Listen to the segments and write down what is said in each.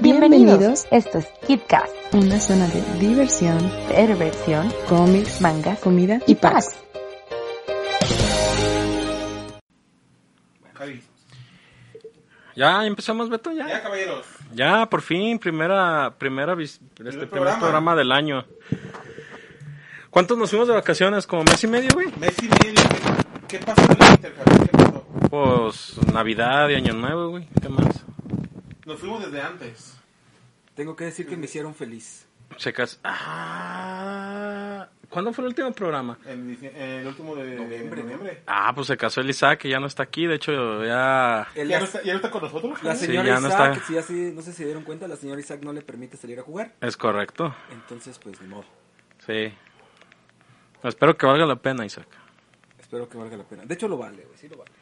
Bienvenidos, esto es KidCast, una zona de diversión, perversión, cómics, manga comida y paz. Javi. Ya empezamos, Beto, Ya, ya. caballeros. Ya, por fin, primera, primera, vis- este primer programa. programa. del año. ¿Cuántos nos fuimos de vacaciones? ¿Como mes y medio, güey? Mes y medio. ¿Qué, qué pasó en el intercambio? ¿Qué pasó? Pues Navidad y Año Nuevo, güey. ¿Qué más? Nos fuimos desde antes. Tengo que decir que me hicieron feliz. Se cas- Ah, ¿Cuándo fue el último programa? En, dic- en el último de noviembre. Noviembre, ¿no? noviembre. Ah, pues se casó el Isaac, que ya no está aquí. De hecho, ya... El- ¿Ya, no está, ¿Ya no está con nosotros? la Javi? Sí, señora ya no Isaac, está. si ya se- no sé si se dieron cuenta, la señora Isaac no le permite salir a jugar. Es correcto. Entonces, pues ni modo. Sí. Espero que valga la pena, Isaac. Espero que valga la pena. De hecho, lo vale, güey. Sí lo vale.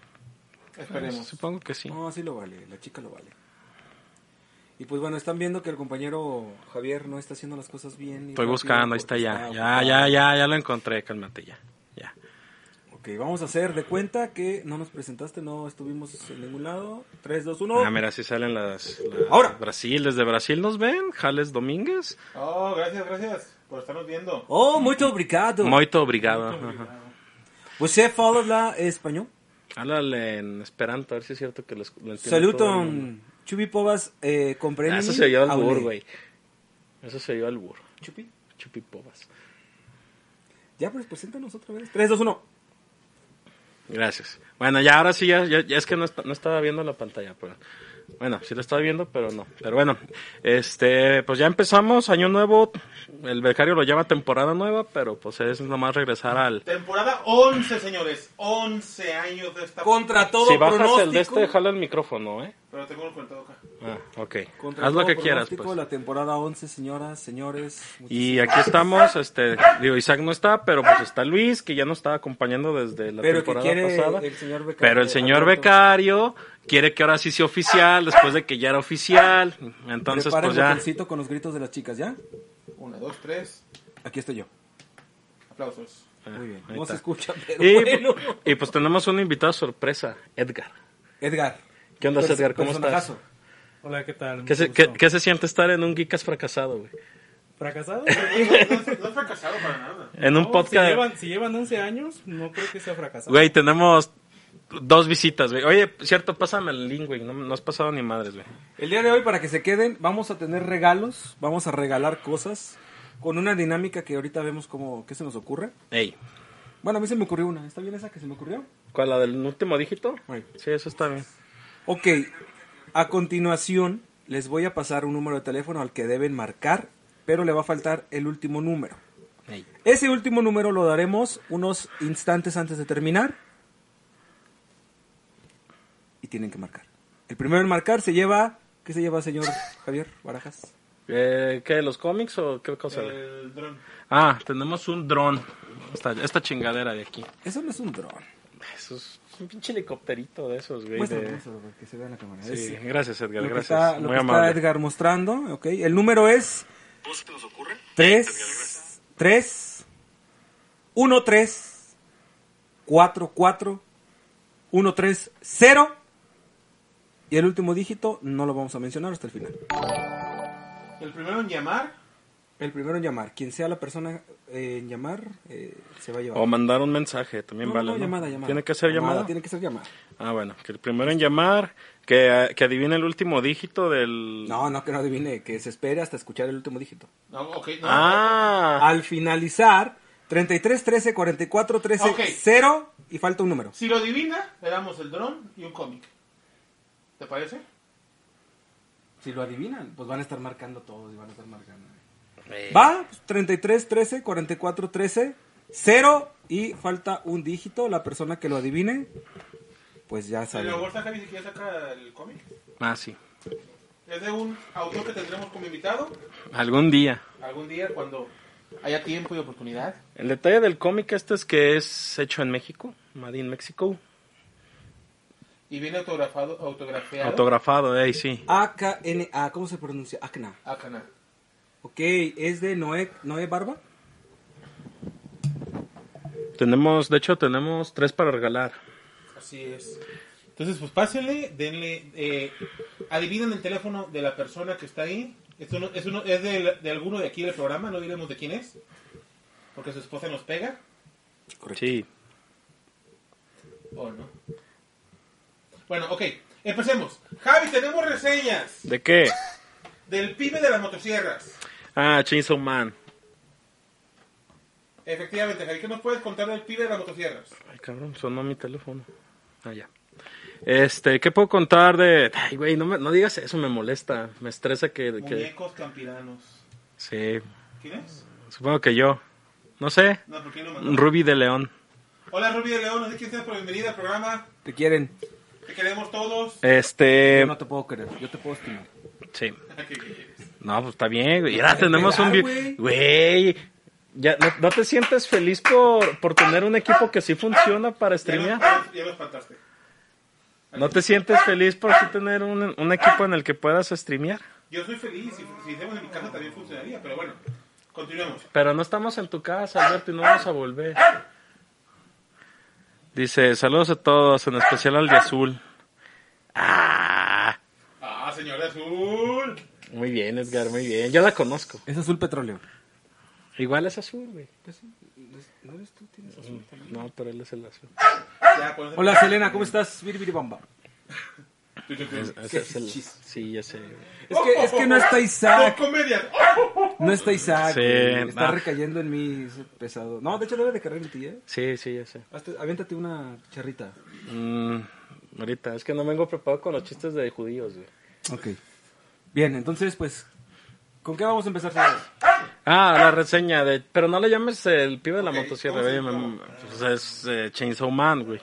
Esperemos. Supongo que sí. No, sí lo vale. La chica lo vale. Y pues bueno, están viendo que el compañero Javier no está haciendo las cosas bien. y Estoy rápido buscando, ahí está porque ya. está Ya, ya, ocupado. ya, ya lo encontré. Cálmate ya. Ya. Ok, vamos a hacer de cuenta que no nos presentaste, no estuvimos en ningún lado. 3, 2, 1. Ah, mira, si salen las, las- Ahora. Brasil, desde Brasil nos ven, Jales Domínguez. Oh, gracias, gracias por estarnos viendo. Oh, muy Pues, obrigado. Muito obrigado. Ajá. Você fala la español? Háblale en Esperanto, a ver si es cierto que lo, esc- lo entiendo todo el mundo. Saluton, Chupi Povas, eh, Ah, comprende. eso se oyó al burro, güey. Eso se oyó al burro. Chupi. Chupipobas. Ya, pues, preséntanos otra vez. 3, 2, 1. Gracias. Bueno, ya ahora sí, ya, ya- ya es que no, est- no estaba viendo la pantalla. Pero, bueno, sí la estaba viendo, pero no. Pero bueno, este, pues ya empezamos, año nuevo. El becario lo llama temporada nueva, pero pues es nomás regresar al... Temporada 11, señores. 11 años de esta. Contra todo Si bajas pronóstico. el de este, jala el micrófono, ¿eh? Pero tengo el cuento acá. Ah, ok. Contra Haz lo todo que quieras, pronóstico, pues. La temporada 11, señoras, señores. Y aquí estamos, este, digo, Isaac no está, pero pues está Luis, que ya nos estaba acompañando desde la Pero que temporada quiere pasada. el señor becario. pero el señor Alberto. becario quiere que ahora sí sea oficial, después de que ya era oficial. Entonces, Preparen pues ya. botoncito con los gritos de las chicas, ¿ya? Una, dos, tres. Aquí estoy yo. Aplausos. Muy bien. Ah, ahí No está. se escucha, pero Y, bueno. y, pues tenemos un invitado sorpresa, Edgar. Edgar. ¿Qué onda, Pers- Edgar? ¿Cómo estás? personajazo. Hola, ¿qué tal? ¿Qué Mucho se, gusto. qué- qué se siente estar en un Geekas fracasado, güey? ¿Fracasado? No, no he fracasado para nada. En un No, podcast. Si llevan, si llevan 11 años, no creo que sea fracasado. Güey, tenemos dos visitas, güey. Oye, cierto, pásame el link, güey. No, no has pasado ni madres, güey. El día de hoy, para que se queden, vamos a tener regalos, vamos a regalar cosas con una dinámica que ahorita vemos como qué se nos ocurre. Ey, Bueno, a mí se me ocurrió una. ¿Está bien esa que se me ocurrió? ¿cuál? ¿La del último dígito? Güey. Sí, eso está bien. Ok, a continuación les voy a pasar un número de teléfono al que deben marcar, pero le va a faltar el último número. Ey. Ese último número lo daremos unos instantes antes de terminar. Y tienen que marcar. El primero en marcar se lleva... ¿Qué se lleva, señor Javier Barajas? Eh, ¿Qué? ¿Los cómics o qué cosa? güey? El dron. Ah, tenemos un dron. Esta, esta chingadera de aquí. Eso no es un dron. Eso es un pinche helicópterito de esos, güey. Muéstralo, de- muéstralo, para que se vea en la cámara. Es- Sí, gracias, Lo Edgar. que Gracias. está, lo Muy que está amable. Edgar mostrando, ok. El número es... Tres, tres, uno, tres, cuatro, cuatro, uno, tres, cero. Y el último dígito no lo vamos a mencionar hasta el final. El primero en llamar. El primero en llamar, quien sea la persona eh, en llamar, eh, se va a llevar. O mandar un mensaje, también No, Oh, vale. no, ¿no? llamada, llamada. ¿Tiene que ser llamada? Tiene que ser llamada. Ah, bueno, que el primero en llamar, que, que adivine el último dígito del... No, no, que no adivine, que se espere hasta escuchar el último dígito. No, ok, no. Ah, Al finalizar, 33, 13, 44, 13, Ok. 0 y falta un número. Si lo adivina, le damos el dron y un cómic. ¿Te parece? Si lo adivinan, pues van a estar marcando todos y van a estar marcando. Eh. Va, pues, 33, 13, 44, 13, 0 y falta un dígito. La persona que lo adivine, pues ya Si sabe. lo bolsa Javi si quieres sacar el cómic. ah, sí. Es de un autor que tendremos como invitado Algún día. algún día cuando haya tiempo y oportunidad. El detalle del cómic este es que es hecho en México, Made in Mexico, Y viene autografado, autografiado autografado, eh, sí. AKNA, ¿cómo se pronuncia? AKNA. a Cana. Ok, es de Noé, Noé Barba. Tenemos, de hecho, tenemos tres para regalar. Así es. Entonces, pues pásenle, denle, eh, adivinen el teléfono de la persona que está ahí. Esto no, es, uno, es de, de alguno de aquí del programa, no diremos de quién es, porque su esposa nos pega, Sí. o no. Bueno, ok, empecemos. Javi, tenemos reseñas ¿De qué? del pibe de las motosierras. Ah, Chainsaw Man. Efectivamente, Javi, ¿qué nos puedes contar del pibe de las motosierras? Ay, cabrón, sonó mi teléfono. Ah, ya. Este, ¿qué puedo contar de...? Ay, güey, no, me- no digas eso, me molesta. Me estresa que... que... Muñecos campiranos. Sí, ¿Quién es? supongo que yo. No sé. No, ¿por qué no mandó? Ruby de León. Hola, Rubí de León, no sé quién sea, pero bienvenida al programa. Te quieren. Eh. Te queremos todos. Este... Yo no te puedo querer, yo te puedo estimar. Sí. ¿Qué quieres? No, pues está bien, güey. Ahora tenemos un... pegar, vi- Güey. Ya, ¿no, no te sientes feliz por, por tener un equipo que sí funciona para Ya streamear? nos- ya nos espantaste. ¿No te sientes feliz por sí tener un, un equipo en el que puedas streamear? Yo soy feliz, si, si hiciéramos en mi casa también funcionaría, pero bueno, continuemos. Pero no estamos en tu casa, Alberto, y no vamos a volver. Dice, saludos a todos, en especial al de azul. Ah, Ah, señor de azul. muy bien, Edgar, muy bien. Yo la conozco. Es azul petróleo. Igual es azul, güey. ¿No eres tú? Tienes azul. No, pero él es el azul. Ya, con eso- Hola Selena, ¿cómo estás? Biribiribamba. Tu, tu, tu. Ese es el- sí, ya sé. güey. Es que, es que no está Dos Isaac, comedias. no está Isaac. Sí, güey. está ah. recayendo en mí ese pesado. No, de hecho debe de caer en ti, ¿eh? Sí, sí, ya sé. Hazte- aviéntate una charrita. Mm, ahorita, es que no vengo preparado con los chistes de judíos, güey. Ok. Bien, entonces, pues, ¿con qué vamos a empezar? señores? Ah, la reseña de... Pero no le llames el pibe de la Ok, motosierra, ¿cómo se güey. me- llama? pues es eh, Chainsaw Man, güey.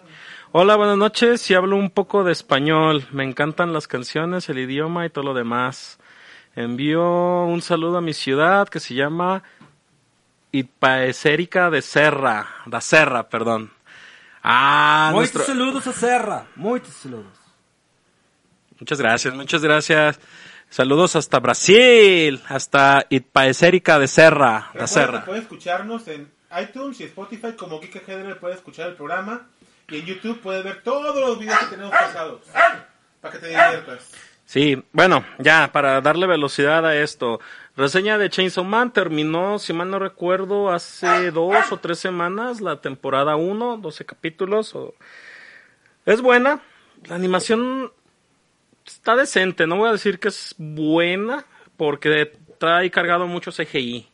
Hola, buenas noches. Si hablo un poco de español, me encantan las canciones, el idioma y todo lo demás. Envío un saludo a mi ciudad que se llama Itpaecérica de Serra, da Serra, perdón. Ah, Muchos nuestro- saludos a Serra. Muchos saludos. Muchas gracias, muchas gracias. Saludos hasta Brasil, hasta Itpaecérica de Serra, da Recuerda Serra. que Puede escucharnos en iTunes y Spotify como Kika Hedler puede escuchar el programa y en YouTube puede ver todos los videos que tenemos pasados. Para que te diviertas. Sí, bueno, ya para darle velocidad a esto, reseña de Chainsaw Man terminó, si mal no recuerdo, hace dos o tres semanas la temporada 1, 12 capítulos. o- Es buena, la animación está decente, no voy a decir que es buena porque trae cargado mucho CGI.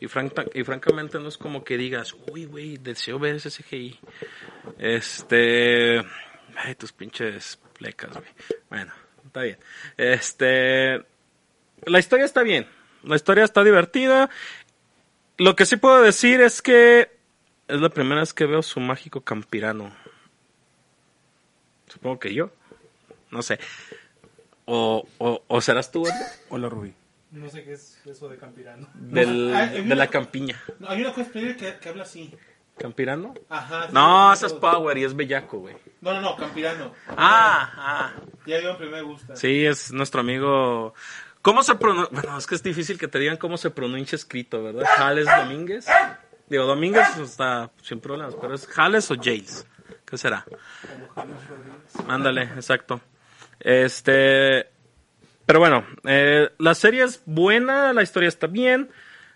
Y, franca- y francamente no es como que digas, uy, güey, deseo ver ese CGI. Este. Ay, tus pinches plecas, güey. Bueno, está bien. Este. La historia está bien. La historia está divertida. Lo que sí puedo decir es que es la primera vez que veo su mágico campirano. Supongo que yo. No sé. O, o, o serás tú, Edgar? Hola, Rubí. No sé qué es eso de campirano. Del- Ah, hay de una- la campiña. No, hay una cosa especial que, que habla así. ¿Campirano? Ajá. sí, No, sí, esa es todo. Power y es bellaco, güey. No, no, no, Campirano. Ah, ah. Ya dio el primer gusta. Sí, es nuestro amigo. ¿Cómo se pronuncia? Bueno, es que es difícil que te digan cómo se pronuncia escrito, ¿verdad? ¿Jales Domínguez? Digo, Domínguez pues, está sin problemas, pero es Jales o Jales. ¿Qué será? Ándale, exacto. Este. Pero bueno, eh, la serie es buena, la historia está bien.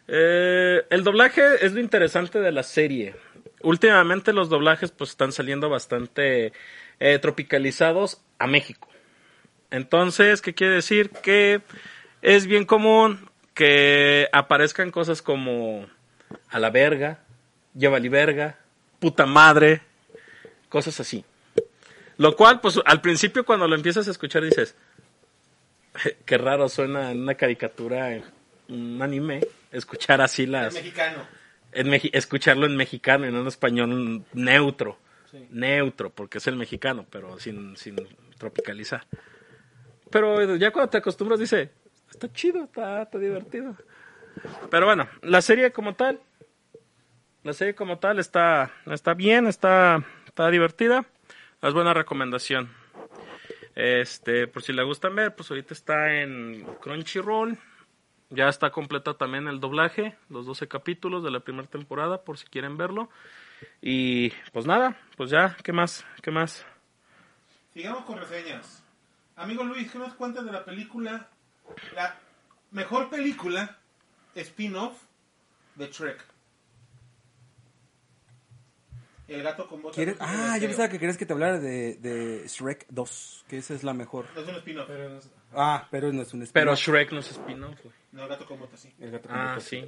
Eh, el doblaje es lo interesante de la serie. Últimamente los doblajes pues están saliendo bastante eh, tropicalizados a México. Entonces, ¿qué quiere decir? Que es bien común que aparezcan cosas como a la verga, llévali verga, puta madre, cosas así. Lo cual, pues al principio cuando lo empiezas a escuchar dices, qué raro suena en una caricatura, en un anime, escuchar así El las... mexicano. en Meji- escucharlo en mexicano y no en español neutro. Neutro, porque es el mexicano, pero sin, sin tropicalizar. Pero eh, ya cuando te acostumbras dice, está chido, está, está divertido. Pero bueno, la serie como tal, la serie como tal está, está bien, está, está divertida. Es buena recomendación. Este, por si le gustan ver, pues ahorita está en Crunchyroll. Ya está completa también el doblaje, los 12 capítulos de la primera temporada, por si quieren verlo. Y pues nada, pues ya, ¿qué más? ¿Qué más? Sigamos con reseñas. Amigo Luis, ¿qué nos cuentas de la película? La mejor película spin-off de Trek. El gato con botas. ¿Quieres? de Ah, yo deseo. pensaba que querías que te hablara de, de Shrek 2, que esa es la mejor. No es un spin-off. Pero no sé. Ah, pero no es un Pero spin-off. Shrek no es spin-off, güey. No, el gato con botas, sí. El gato con Ah, botas. sí.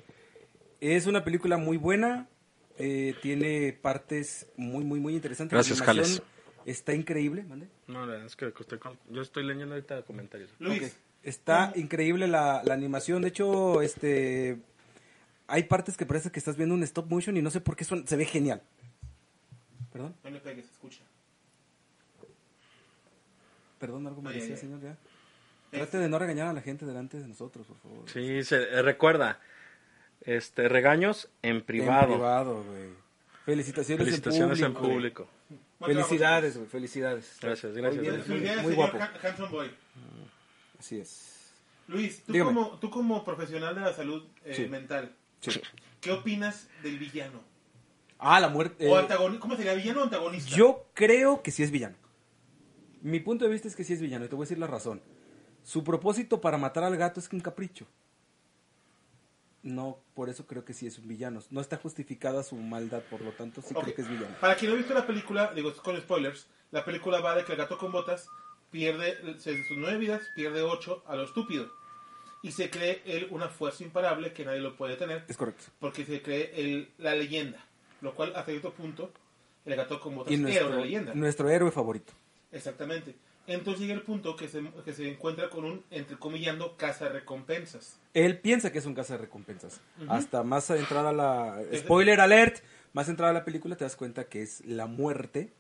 Es una película muy buena, eh, tiene partes muy, muy, muy interesantes. La Gracias, animación Jales. Está increíble, ¿mande? No, la verdad es que estoy con- yo estoy leyendo ahorita comentarios. Luis, Ok. Está increíble la, la animación. De hecho, este hay partes que parece que estás viendo un stop motion y no sé por qué suena- se ve genial. Perdón, no le pegues, escucha. perdón, algo me Ay, ay, decía, ay. señor, ya. Trate de no regañar a la gente delante de nosotros, por favor. Sí, se, eh, recuerda, este, regaños en En privado. privado, güey. Felicitaciones, Felicitaciones en en público. güey. público. Buen trabajo, Felicidades, güey, felicidades. Gracias, Hoy gracias. vienes chicos. Felicidades, Muy, muy señor guapo. Han- Hanson Boy. Así es. Luis, tú Dígame. como, tú como profesional de la salud eh, Sí. mental, Sí. ¿qué opinas del villano? Ah, la muerte. o eh, antagonista. ¿Cómo sería villano o antagonista? Yo creo que sí es villano. Mi punto de vista es que sí es villano y te voy a decir la razón. Su propósito para matar al gato es que un capricho. No, por eso creo que sí es un villano. No está justificada su maldad, por lo tanto sí Ok. creo que es villano. Para quien no ha visto la película, digo con spoilers, la película va de que el gato con botas pierde se- sus nueve vidas, pierde ocho a lo estúpido. Y se cree él una fuerza imparable que nadie lo puede tener, Es correcto. porque se cree él la leyenda. Lo cual, hasta cierto punto, el gato con botas Y era nuestro, una leyenda. nuestro héroe favorito. Exactamente. Entonces llega el punto que se, que se encuentra con un, entrecomillando, caza recompensas. Él piensa que es un caza de recompensas. Hasta más adentrada la... Spoiler alert. Más entrada la película te das cuenta que es la muerte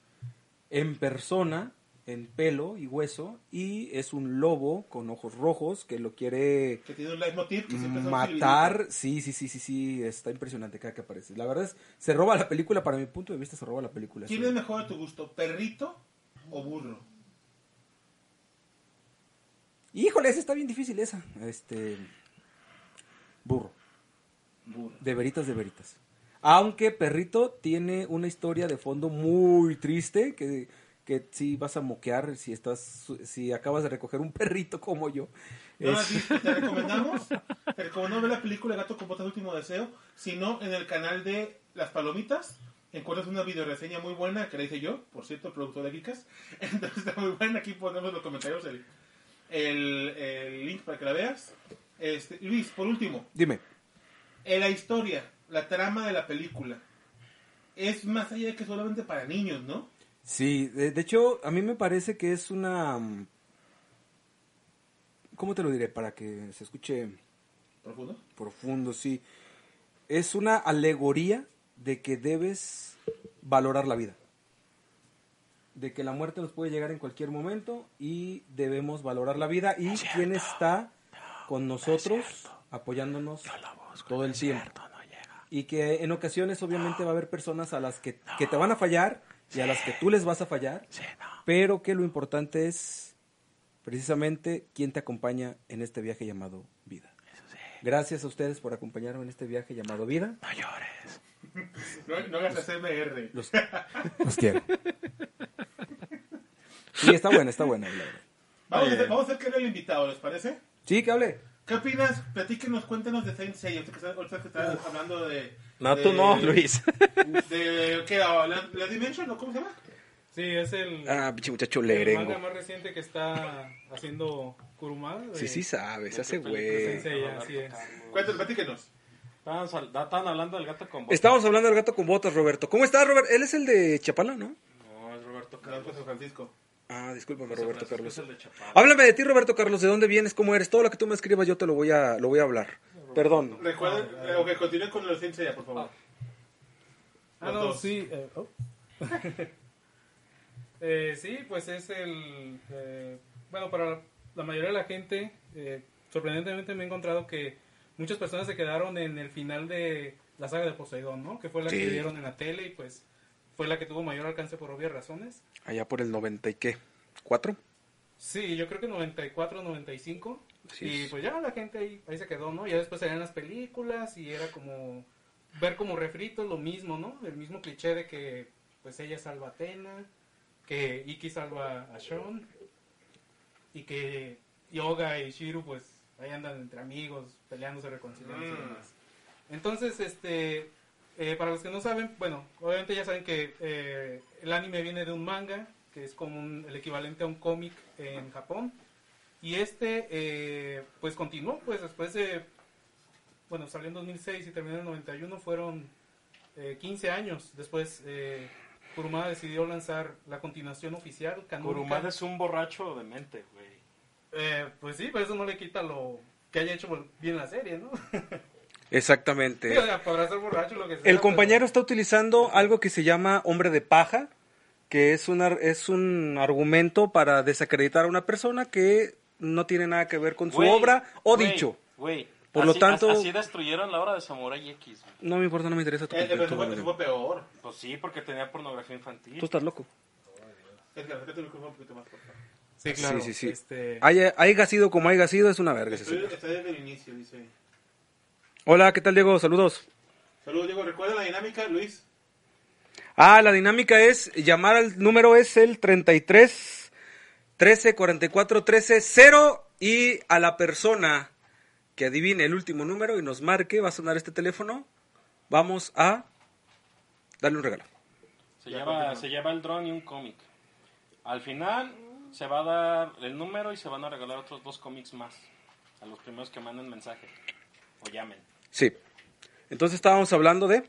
en persona, en pelo y hueso. Y es un lobo con ojos rojos que lo quiere Que tiene un leitmotiv que siempre son matar. Sí, sí, sí, sí, sí. Está impresionante cada que aparece. La verdad es, se roba la película. Para mi punto de vista, se roba la película. ¿Quién sí. es mejor a tu gusto, perrito o burro? Híjole, esa está bien difícil esa. Este... Burro. Burro. De veritas, de veritas. Aunque Perrito tiene una historia de fondo muy triste que, que sí vas a moquear si estás si acabas de recoger un perrito como yo. No la Es- has visto, te recomendamos. Te recomendamos ver la película Gato con Botas Último Deseo. Si no, en el canal de Las Palomitas encuentras una videoreseña muy buena que la hice yo, por cierto, productor de Kikas. Entonces está muy buena. Aquí ponemos en los comentarios el, el, el link para que la veas. Este, Luis, por último, Dime, en la historia, la trama de la película. Es más allá de que solamente para niños, ¿no? sí, de, de hecho a mí me parece que es una... mm, ¿Cómo te lo diré? Para que se escuche Profundo. profundo, sí. Es una alegoría de que debes valorar la vida. De que la muerte nos puede llegar en cualquier momento y debemos valorar la vida y quién está con nosotros apoyándonos todo el tiempo. Y que en ocasiones obviamente va a haber personas a las que, que te van a fallar y a las que tú les vas a fallar, pero que lo importante es precisamente quién te acompaña en este viaje llamado vida. Gracias a ustedes por acompañarme en este viaje llamado vida. No, no hagas CMR. Los, los quiero. Sí, está buena, está buena. la verdad. Vamos, a hacer- vamos a hacer que era el invitado, ¿les parece? Sí, que hable. ¿Qué opinas? Platíquenos, cuéntanos de Saint Seiya. Ahorita que estás, ahorita que estás hablando de... No, de- tú no, Luis. De, ¿Qué? ¿La, la Dimension o cómo se llama? Sí, es el, Ah, pinche muchacho el manga lerengo. más reciente que está haciendo Kuruma. de- Sí, sí sabes, hace de güey. Sensei, así es. Cuéntanos, platíquenos. Estaban, sal- estaban hablando del gato con botas. Estábamos hablando del gato con botas, Roberto. ¿Cómo estás, Roberto? Él es el de Chapala, ¿no? No, es Roberto Gracias, Carlos. José Francisco. Ah, discúlpame, Roberto Francisco es Carlos. el de Chapala. Háblame de ti, Roberto Carlos. ¿De dónde vienes? ¿Cómo eres? Todo lo que tú me escribas yo te lo voy a, lo voy a hablar. Perdón. Recuerden, eh, ok, continúen con lo de Saint Seiya, por favor. Ah, no, sí. eh, oh. Eh, sí, pues es el... eh, bueno, para la mayoría de la gente, eh, sorprendentemente me he encontrado que muchas personas se quedaron en el final de la saga de Poseidón, ¿no? Que fue la Sí. que vieron en la tele y pues fue la que tuvo mayor alcance por obvias razones. Allá por el 90 y qué, ¿cuatro? Sí, yo creo que 94, 95. Así y es. pues ya la gente ahí, ahí se quedó, ¿no? Ya después salían las películas y era como ver como refrito lo mismo, ¿no? El mismo cliché de que pues ella salva a Atena, que Iki salva a Sean y que Yoga y Shiru pues ahí andan entre amigos, peleándose, reconciliándose y demás. Entonces, este, eh, para los que no saben, bueno, obviamente ya saben que eh, el anime viene de un manga, que es como un- el equivalente a un cómic en Japón. Y este, eh, pues continuó, pues después de, bueno, salió en 2006 y terminó en 91, fueron eh, 15 años. Después, eh, Kurumada decidió lanzar la continuación oficial, canónica. Kurumada es un borracho de mente, güey. Eh, pues sí, pero eso no le quita lo que haya hecho bien la serie, ¿no? Exactamente. Sí, o sea, podrá ser borracho lo que sea. El pero- compañero está utilizando algo que se llama hombre de paja, que es un, ar- es un argumento para desacreditar a una persona que no tiene nada que ver con su Güey, obra o güey, dicho. Güey. Por lo Así- tanto- as- Así destruyeron la obra de Samurai X, güey. No me importa, no me interesa tu Eh, pero conflicto, eso fue, Manuel. eso fue peor. Pues sí, porque tenía pornografía infantil. Tú estás loco. Edgar, acércate el micrófono un poquito más, por favor. Sí, claro. sí, sí, sí. Este, Haya, haya sido como haya sido, es una verga ese Estoy, señor. estoy desde el inicio, dice. Hola, ¿qué tal, Diego? Saludos. Saludos, Diego. ¿Recuerda la dinámica, Luis? Ah, la dinámica es llamar al número es el 33 13 44 13 0 y a la persona que adivine el último número y nos marque, va a sonar este teléfono, vamos a darle un regalo. Se lleva, se lleva el dron y un cómic. Al final se va a dar el número y se van a regalar otros dos cómics más. A los primeros que manden mensaje. O llamen. Sí. Entonces estábamos hablando de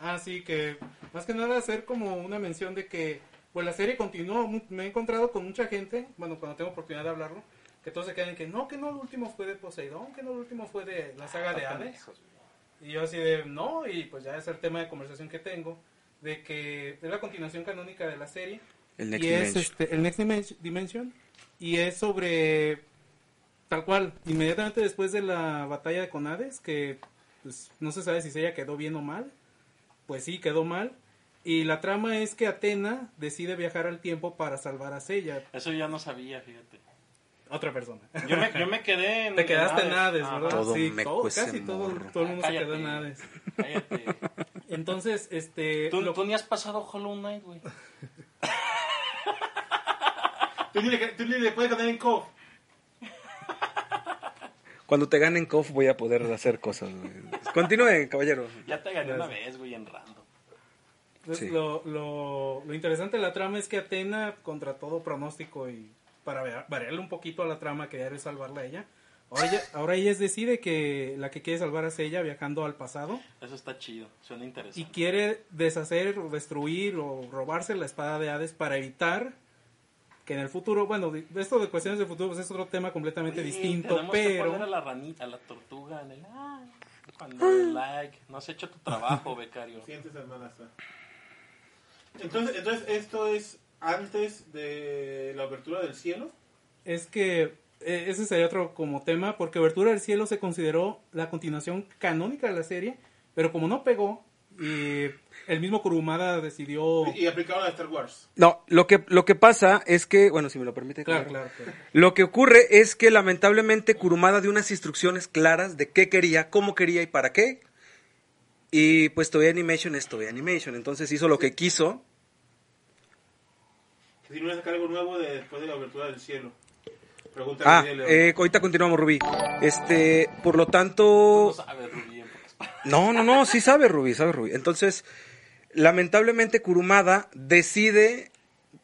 Ah, sí, que más que nada hacer como una mención de que pues la serie continuó. Mu- Me he encontrado con mucha gente, bueno, cuando tengo oportunidad de hablarlo, que todos se quedan en que no, que no, el último fue de Poseidón, que no, el último fue de la saga de Hades. Y yo así de, no, y pues ya es el tema de conversación que tengo, de que es la continuación canónica de la serie. el Next y es Dimension. este, el Next Dimension- Dimension, y es sobre tal cual, inmediatamente después de la batalla de Conades, que pues, no se sabe si ella quedó bien o mal, pues sí, quedó mal, y la trama es que Atena decide viajar al tiempo para salvar a Sella, Eso yo no sabía, fíjate. otra persona. Yo me, yo me quedé en. Te quedaste en Hades. Hades, Ah, ¿verdad? Todo sí, meco todo- ese casi todo, morro. todo el mundo se Cállate. quedó en Hades. Ah, Cállate. Entonces, Eh, este... Tú, lo- tú ni has pasado Hollow Knight, güey. Tú ni le, tú ni le puedes ganar en COF. Cuando te ganen COF voy a poder hacer cosas. güey. Continúe, caballero. Ya te gané una vez, güey, en random. Sí. Lo, lo- lo interesante de la trama es que Atena, contra todo pronóstico y para va- variarle un poquito a la trama, que es salvarla a ella. Ahora ella, ahora ella decide que la que quiere salvar es ella viajando al pasado Eso está chido. Suena y interesante. quiere deshacer o destruir o robarse la espada de Hades para evitar que en el futuro, bueno, de- de esto de cuestiones de futuro pues es otro tema completamente Güey, distinto, tenemos que poner a pero la ranita, a la tortuga, en el. "Ay", Ah". cuando el like. No has hecho tu trabajo, becario. Siguientes hermanas. ah. Entonces, entonces, esto es antes de la apertura del cielo. es que eh, ese sería otro como tema, porque Obertura del Cielo se consideró la continuación canónica de la serie, pero como no pegó, y el mismo Kurumada decidió... Y, y aplicaron a Star Wars. No, lo que, lo que pasa es que, bueno, si me lo permite. Claro, caballero. claro, claro. Lo que ocurre es que lamentablemente Kurumada dio unas instrucciones claras de qué quería, cómo quería y para qué. Y pues Toei Animation es Toei Animation, entonces hizo lo que quiso. Que si no iban a sacar algo nuevo de- después de la apertura del cielo. Pregunta Ah, Miguel León. eh, ahorita continuamos, Rubí. Este, por lo No tanto... sabes, Rubí, en pocas palabras. No, no, no, sí sabe Rubí, sabe Rubí. Entonces, lamentablemente Kurumada decide,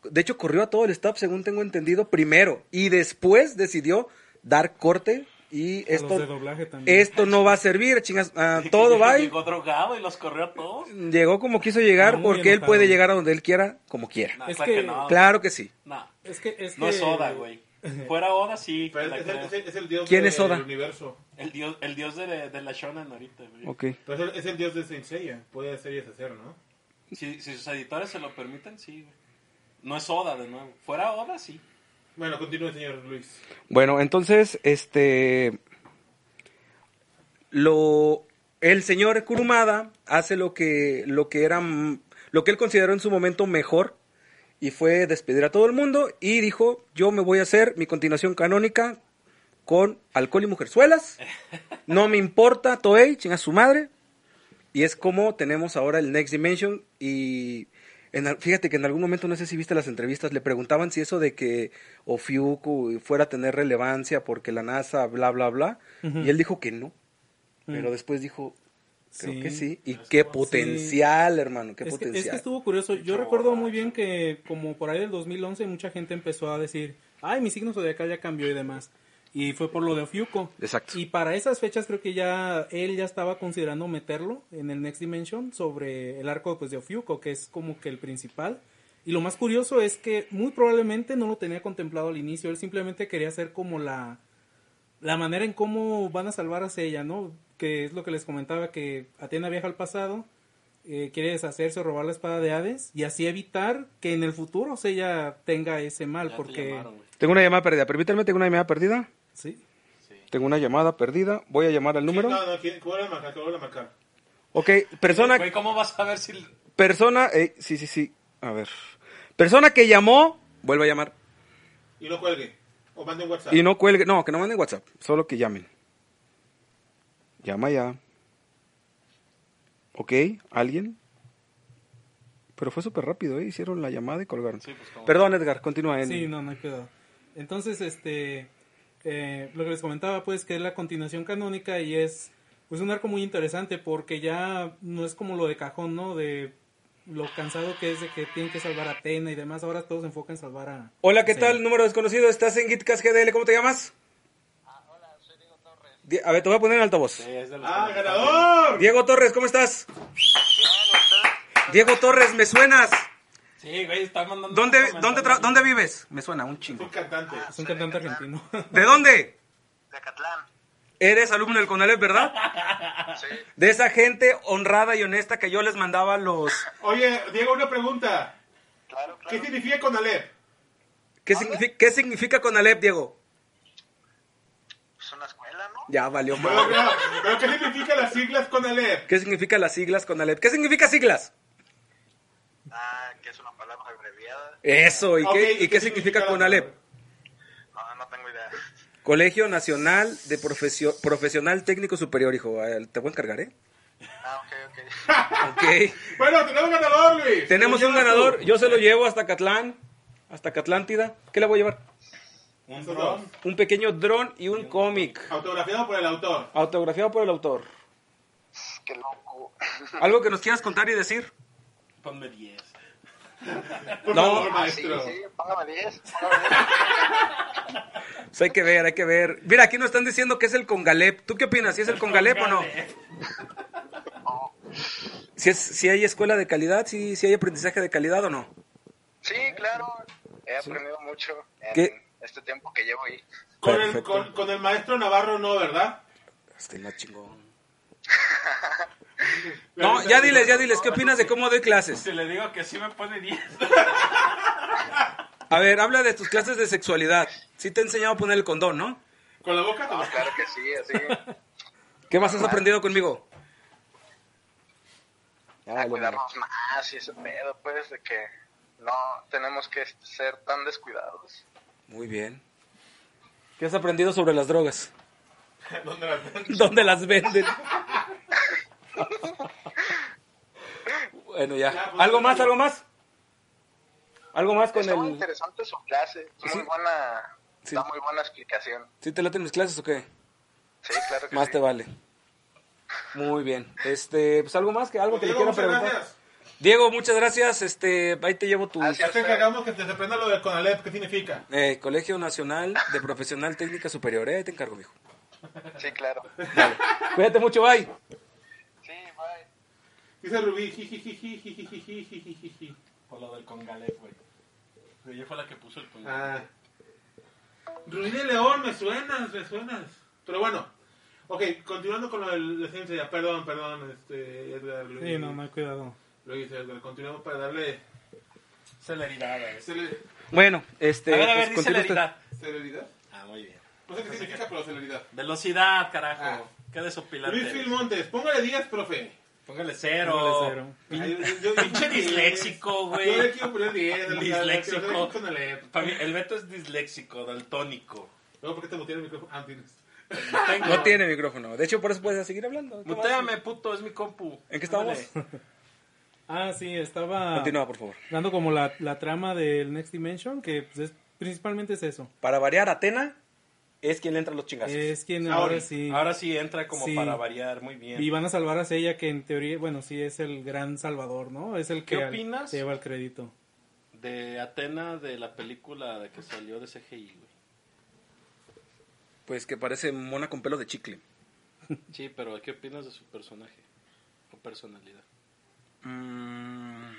de hecho corrió a todo el staff, según tengo entendido, primero, y después decidió dar corte y A los de esto, doblaje también. esto no va a servir, chingas, ah, todo va. y- Llegó drogado y los corrió a todos. Llegó como quiso llegar Ah, muy porque él enojado. puede llegar a donde él quiera, como quiera. No, Es claro que- que no. Claro que sí. No, Es que, es no es que- Oda, güey. Fuera Oda, sí. te Pero la es, es el, creo. es el- es el dios ¿Quién de- es Oda? del universo. El dios, el dios de, de la shonen ahorita, güey. Pero es el, es el dios de Saint Seiya. Puede hacer y deshacer, ¿no? Si, si sus editores se lo permiten, sí, güey. No es Oda, de nuevo. Fuera Oda, sí. Bueno, continúe, señor Luis. Bueno, entonces, este. Lo. El señor Kurumada hace lo que. lo que era. m- lo que él consideró en su momento mejor. Y fue despedir a todo el mundo. Y dijo: Yo me voy a hacer mi continuación canónica con alcohol y mujerzuelas. No me importa, Toei, chinga su madre. Y es como tenemos ahora el Next Dimension. Y en al- fíjate que en algún momento, no sé si viste las entrevistas, le preguntaban si eso de que Ofiuku fuera a tener relevancia porque la NASA, bla, bla, bla. Y él dijo que no. Pero después dijo, creo Mm. Sí. que sí. Y qué potencial, hermano, qué Es que, es que potencial. estuvo curioso. Yo recuerdo muy bien que como por ahí del 2011 mucha gente empezó a decir, ay, mi signo zodiacal ya cambió y demás. Y fue por lo de Ofiuco. Exacto. Y para esas fechas creo que ya él ya estaba considerando meterlo en el Next Dimension sobre el arco pues, de Ofiuco, que es como que el principal. Y lo más curioso es que muy probablemente no lo tenía contemplado al inicio. Él simplemente quería hacer como la, la manera en cómo van a salvar a Seiya, ¿no? Que es lo que les comentaba, que Atena viaja al pasado, eh, quiere deshacerse o robar la espada de Hades, y así evitar que en el futuro Seiya tenga ese mal, porque... Tengo una llamada perdida. Permítanme, tengo una llamada perdida. sí. Tengo una llamada perdida. Voy a llamar al número. No, no, ¿quién- que vuelva a marcar, que vuelva a marcar. Ok, persona. Güey, ¿cómo vas a ver si.? Persona. eh, sí, sí, sí. A ver. Persona que llamó. Vuelve a llamar. Y no cuelgue. O mande un WhatsApp. Y no cuelgue. No, que no manden WhatsApp. Solo que llamen. Llama ya. Ok, ¿alguien? Pero fue súper rápido, ¿eh? Hicieron la llamada y colgaron. Perdón, Edgar, continúa. En... Sí, no, no hay cuidado. Entonces, este, eh, lo que les comentaba, pues, que es la continuación canónica y es, pues, un arco muy interesante porque ya no es como lo de cajón, ¿no? De lo cansado que es de que tienen que salvar a Atena y demás. Ahora todos se enfocan en salvar a... Hola, ¿qué Sí. tal? Número desconocido, estás en Gitcast GDL, ¿cómo te llamas? hola, Ah, soy Diego Torres. A ver, te voy a poner en altavoz. ¡Ah, ganador! Diego Torres, ¿cómo estás? Diego Torres, ¿me suenas? Sí, güey, está mandando. ¿Dónde, un comentario. dónde, tra- dónde vives? Me suena un Es un chingo. cantante. Es pues, un cantante argentino. ¿De dónde? De Acatlán. Eres alumno del CONALEP, ¿verdad? Ah. Sí. De esa gente honrada y honesta que yo les mandaba los... Oye, Diego, una pregunta. Claro, ¿Qué claro. significa Conalep? ¿Qué, significa, ¿qué significa CONALEP, Diego? Es una escuela, ¿no? Ya valió Pero, madre. pero, pero ¿qué significa las siglas Conalep? ¿Qué significa las siglas CONALEP? ¿Qué significa siglas? Ah, que es una palabra abreviada. Eso, ¿y qué, Ok, ¿y qué significa la CONALEP? palabra? No, no tengo idea. Colegio Nacional de Profesio- Profesional Técnico Superior, hijo. Eh, Te voy a encargar, ¿eh? Ah, ok, ok. Ok. Bueno, tenemos ganador, Luis. Tenemos Te un llevas tú. ganador. Yo se lo llevo hasta Catlán. Hasta Catlántida. ¿Qué le voy a llevar? Un dron. Un pequeño dron y un cómic. Autografiado por el autor. Autografiado por el autor. Qué loco. ¿Algo que nos quieras contar y decir? Ponme 10. Por No. favor, Ah, sí, maestro. sí, póngame 10. Póngame 10. Pues hay que ver, hay que ver. Mira, aquí nos están diciendo que es el Congalep. ¿Tú qué opinas? ¿Si es el Congalep o no? ¿Si, es, si hay escuela de calidad? ¿Si, si hay aprendizaje de calidad o no? Sí, claro. He aprendido mucho en ¿Qué? este tiempo que llevo ahí. Con el, Perfecto. con, con el maestro Navarro no, ¿verdad? Este la chingón. No, ya diles, ya diles. ¿Qué opinas de cómo doy clases? Si le digo que sí me pone 10. A ver, habla de tus clases de sexualidad. Sí te he enseñado a poner el condón, ¿no? Con la boca. No, claro que sí, así. Ah, ¿Qué más has aprendido conmigo? Ah, A cuidarnos más y ese pedo, pues, de que no tenemos que ser tan descuidados. Muy bien. ¿Qué has aprendido sobre las drogas? ¿Dónde la ven? ¿Dónde las venden? bueno, ya. Ya, pues, ¿Algo más? ¿Algo más? ¿Algo más con Está muy el...? interesante su clase. Es Sí. muy buena. Sí. Da muy buena explicación. ¿Sí te laten mis clases o qué? Sí, claro que Más sí. te vale. Muy bien. Este, pues algo más que algo que Diego, le quiero muchas preguntar. gracias. Diego, muchas gracias. Este, ahí te llevo tu Gracias. Ya te encargamos que te sorprenda lo del Conalep. ¿Qué significa? eh, Colegio Nacional de Profesional Técnica Superior. Eh, te encargo, viejo. Sí, claro. Cuídate mucho, bye. Sí, bye. Dice Rubí. ji, ji, ji, ji, ji, ji, ji, ji, ji, ji, ji, ji. Por lo del Congalep, güey. Pero Ella fue la que puso el Congalep. Ah. Rubí de León, me suenas, me suenas. Pero bueno. Ok, continuando con lo de la ciencia. Perdón, perdón, este, Edgar. Luis, Sí, no, no hay cuidado. Luis, Edgar. Continuamos para darle Celeridad, güey. cele- Bueno, este. a ver, a ver, pues, dice continúa usted. celeridad. ¿Celeridad? Ah, muy bien. No sé qué significa, pero celeridad. Velocidad, carajo. Ah. Qué desopilante. Luis Phil Montes, póngale 10, profe. Póngale cero. Póngale cero. Ay, yo- yo- Pinche yo- disléxico, güey. Yo le quiero poner 10. a la- Disléxico. a la- a la- con el- Para mí, el Beto es disléxico, daltónico. No, ¿por qué te muteé el micrófono? Ah, tienes. No tiene micrófono. De hecho, por eso puedes seguir hablando. ¿Qué más? Muteame, puto, es mi compu. ¿En qué estábamos? Ándale. Ah, sí, estaba Continúa, por favor. dando como la, la trama del Next Dimension, que pues, es- principalmente es eso. Para variar, Atena es quien le entra los chingazos. Es quien Ah, Ahora, ahora sí. ahora sí entra como Sí. para variar, muy bien. Y van a salvar a Sella, que en teoría, bueno, sí es el gran salvador, ¿no? Es el ¿Qué que al- opinas? se lleva el crédito. De Atena, de la película de que salió de CGI, güey. Pues que parece mona con pelos de chicle. Sí, pero ¿qué opinas de su personaje? O personalidad. Mm,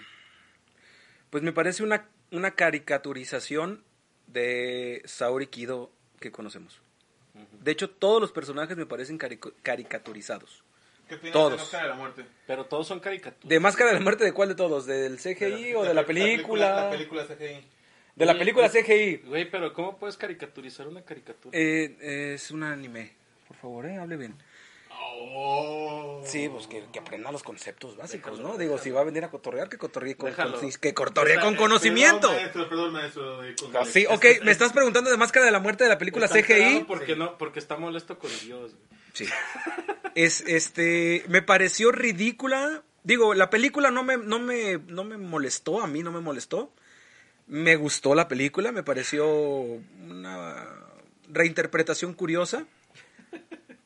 Pues me parece una, una caricaturización de Saori Kido que conocemos. De hecho, todos los personajes me parecen carico- caricaturizados. ¿Qué opinas Todos. de la máscara de la muerte? Pero todos son caricaturas. ¿De Máscara de la Muerte de cuál de todos? ¿Del CGI o de la La película? película CGI. De la película CGI. Güey, pero ¿cómo puedes caricaturizar una caricatura? Eh, es un anime. Por favor, eh, hable bien. Oh. Sí, pues que, que aprenda los conceptos básicos, ¿no? Digo, si va a venir a cotorrear, que cotorree con, Déjalo. con- que cotorree con Perdón, conocimiento. Perdón, maestro, perdón, maestro. de- con- Sí, ok, me estás preguntando de Máscara de la Muerte de la película Está alterado CGI. Porque, no, porque está molesto con Dios, güey. Sí. Es, este, me pareció ridícula. Digo, la película no me, no me, no me molestó, a mí no me molestó. Me gustó la película, me pareció una reinterpretación curiosa.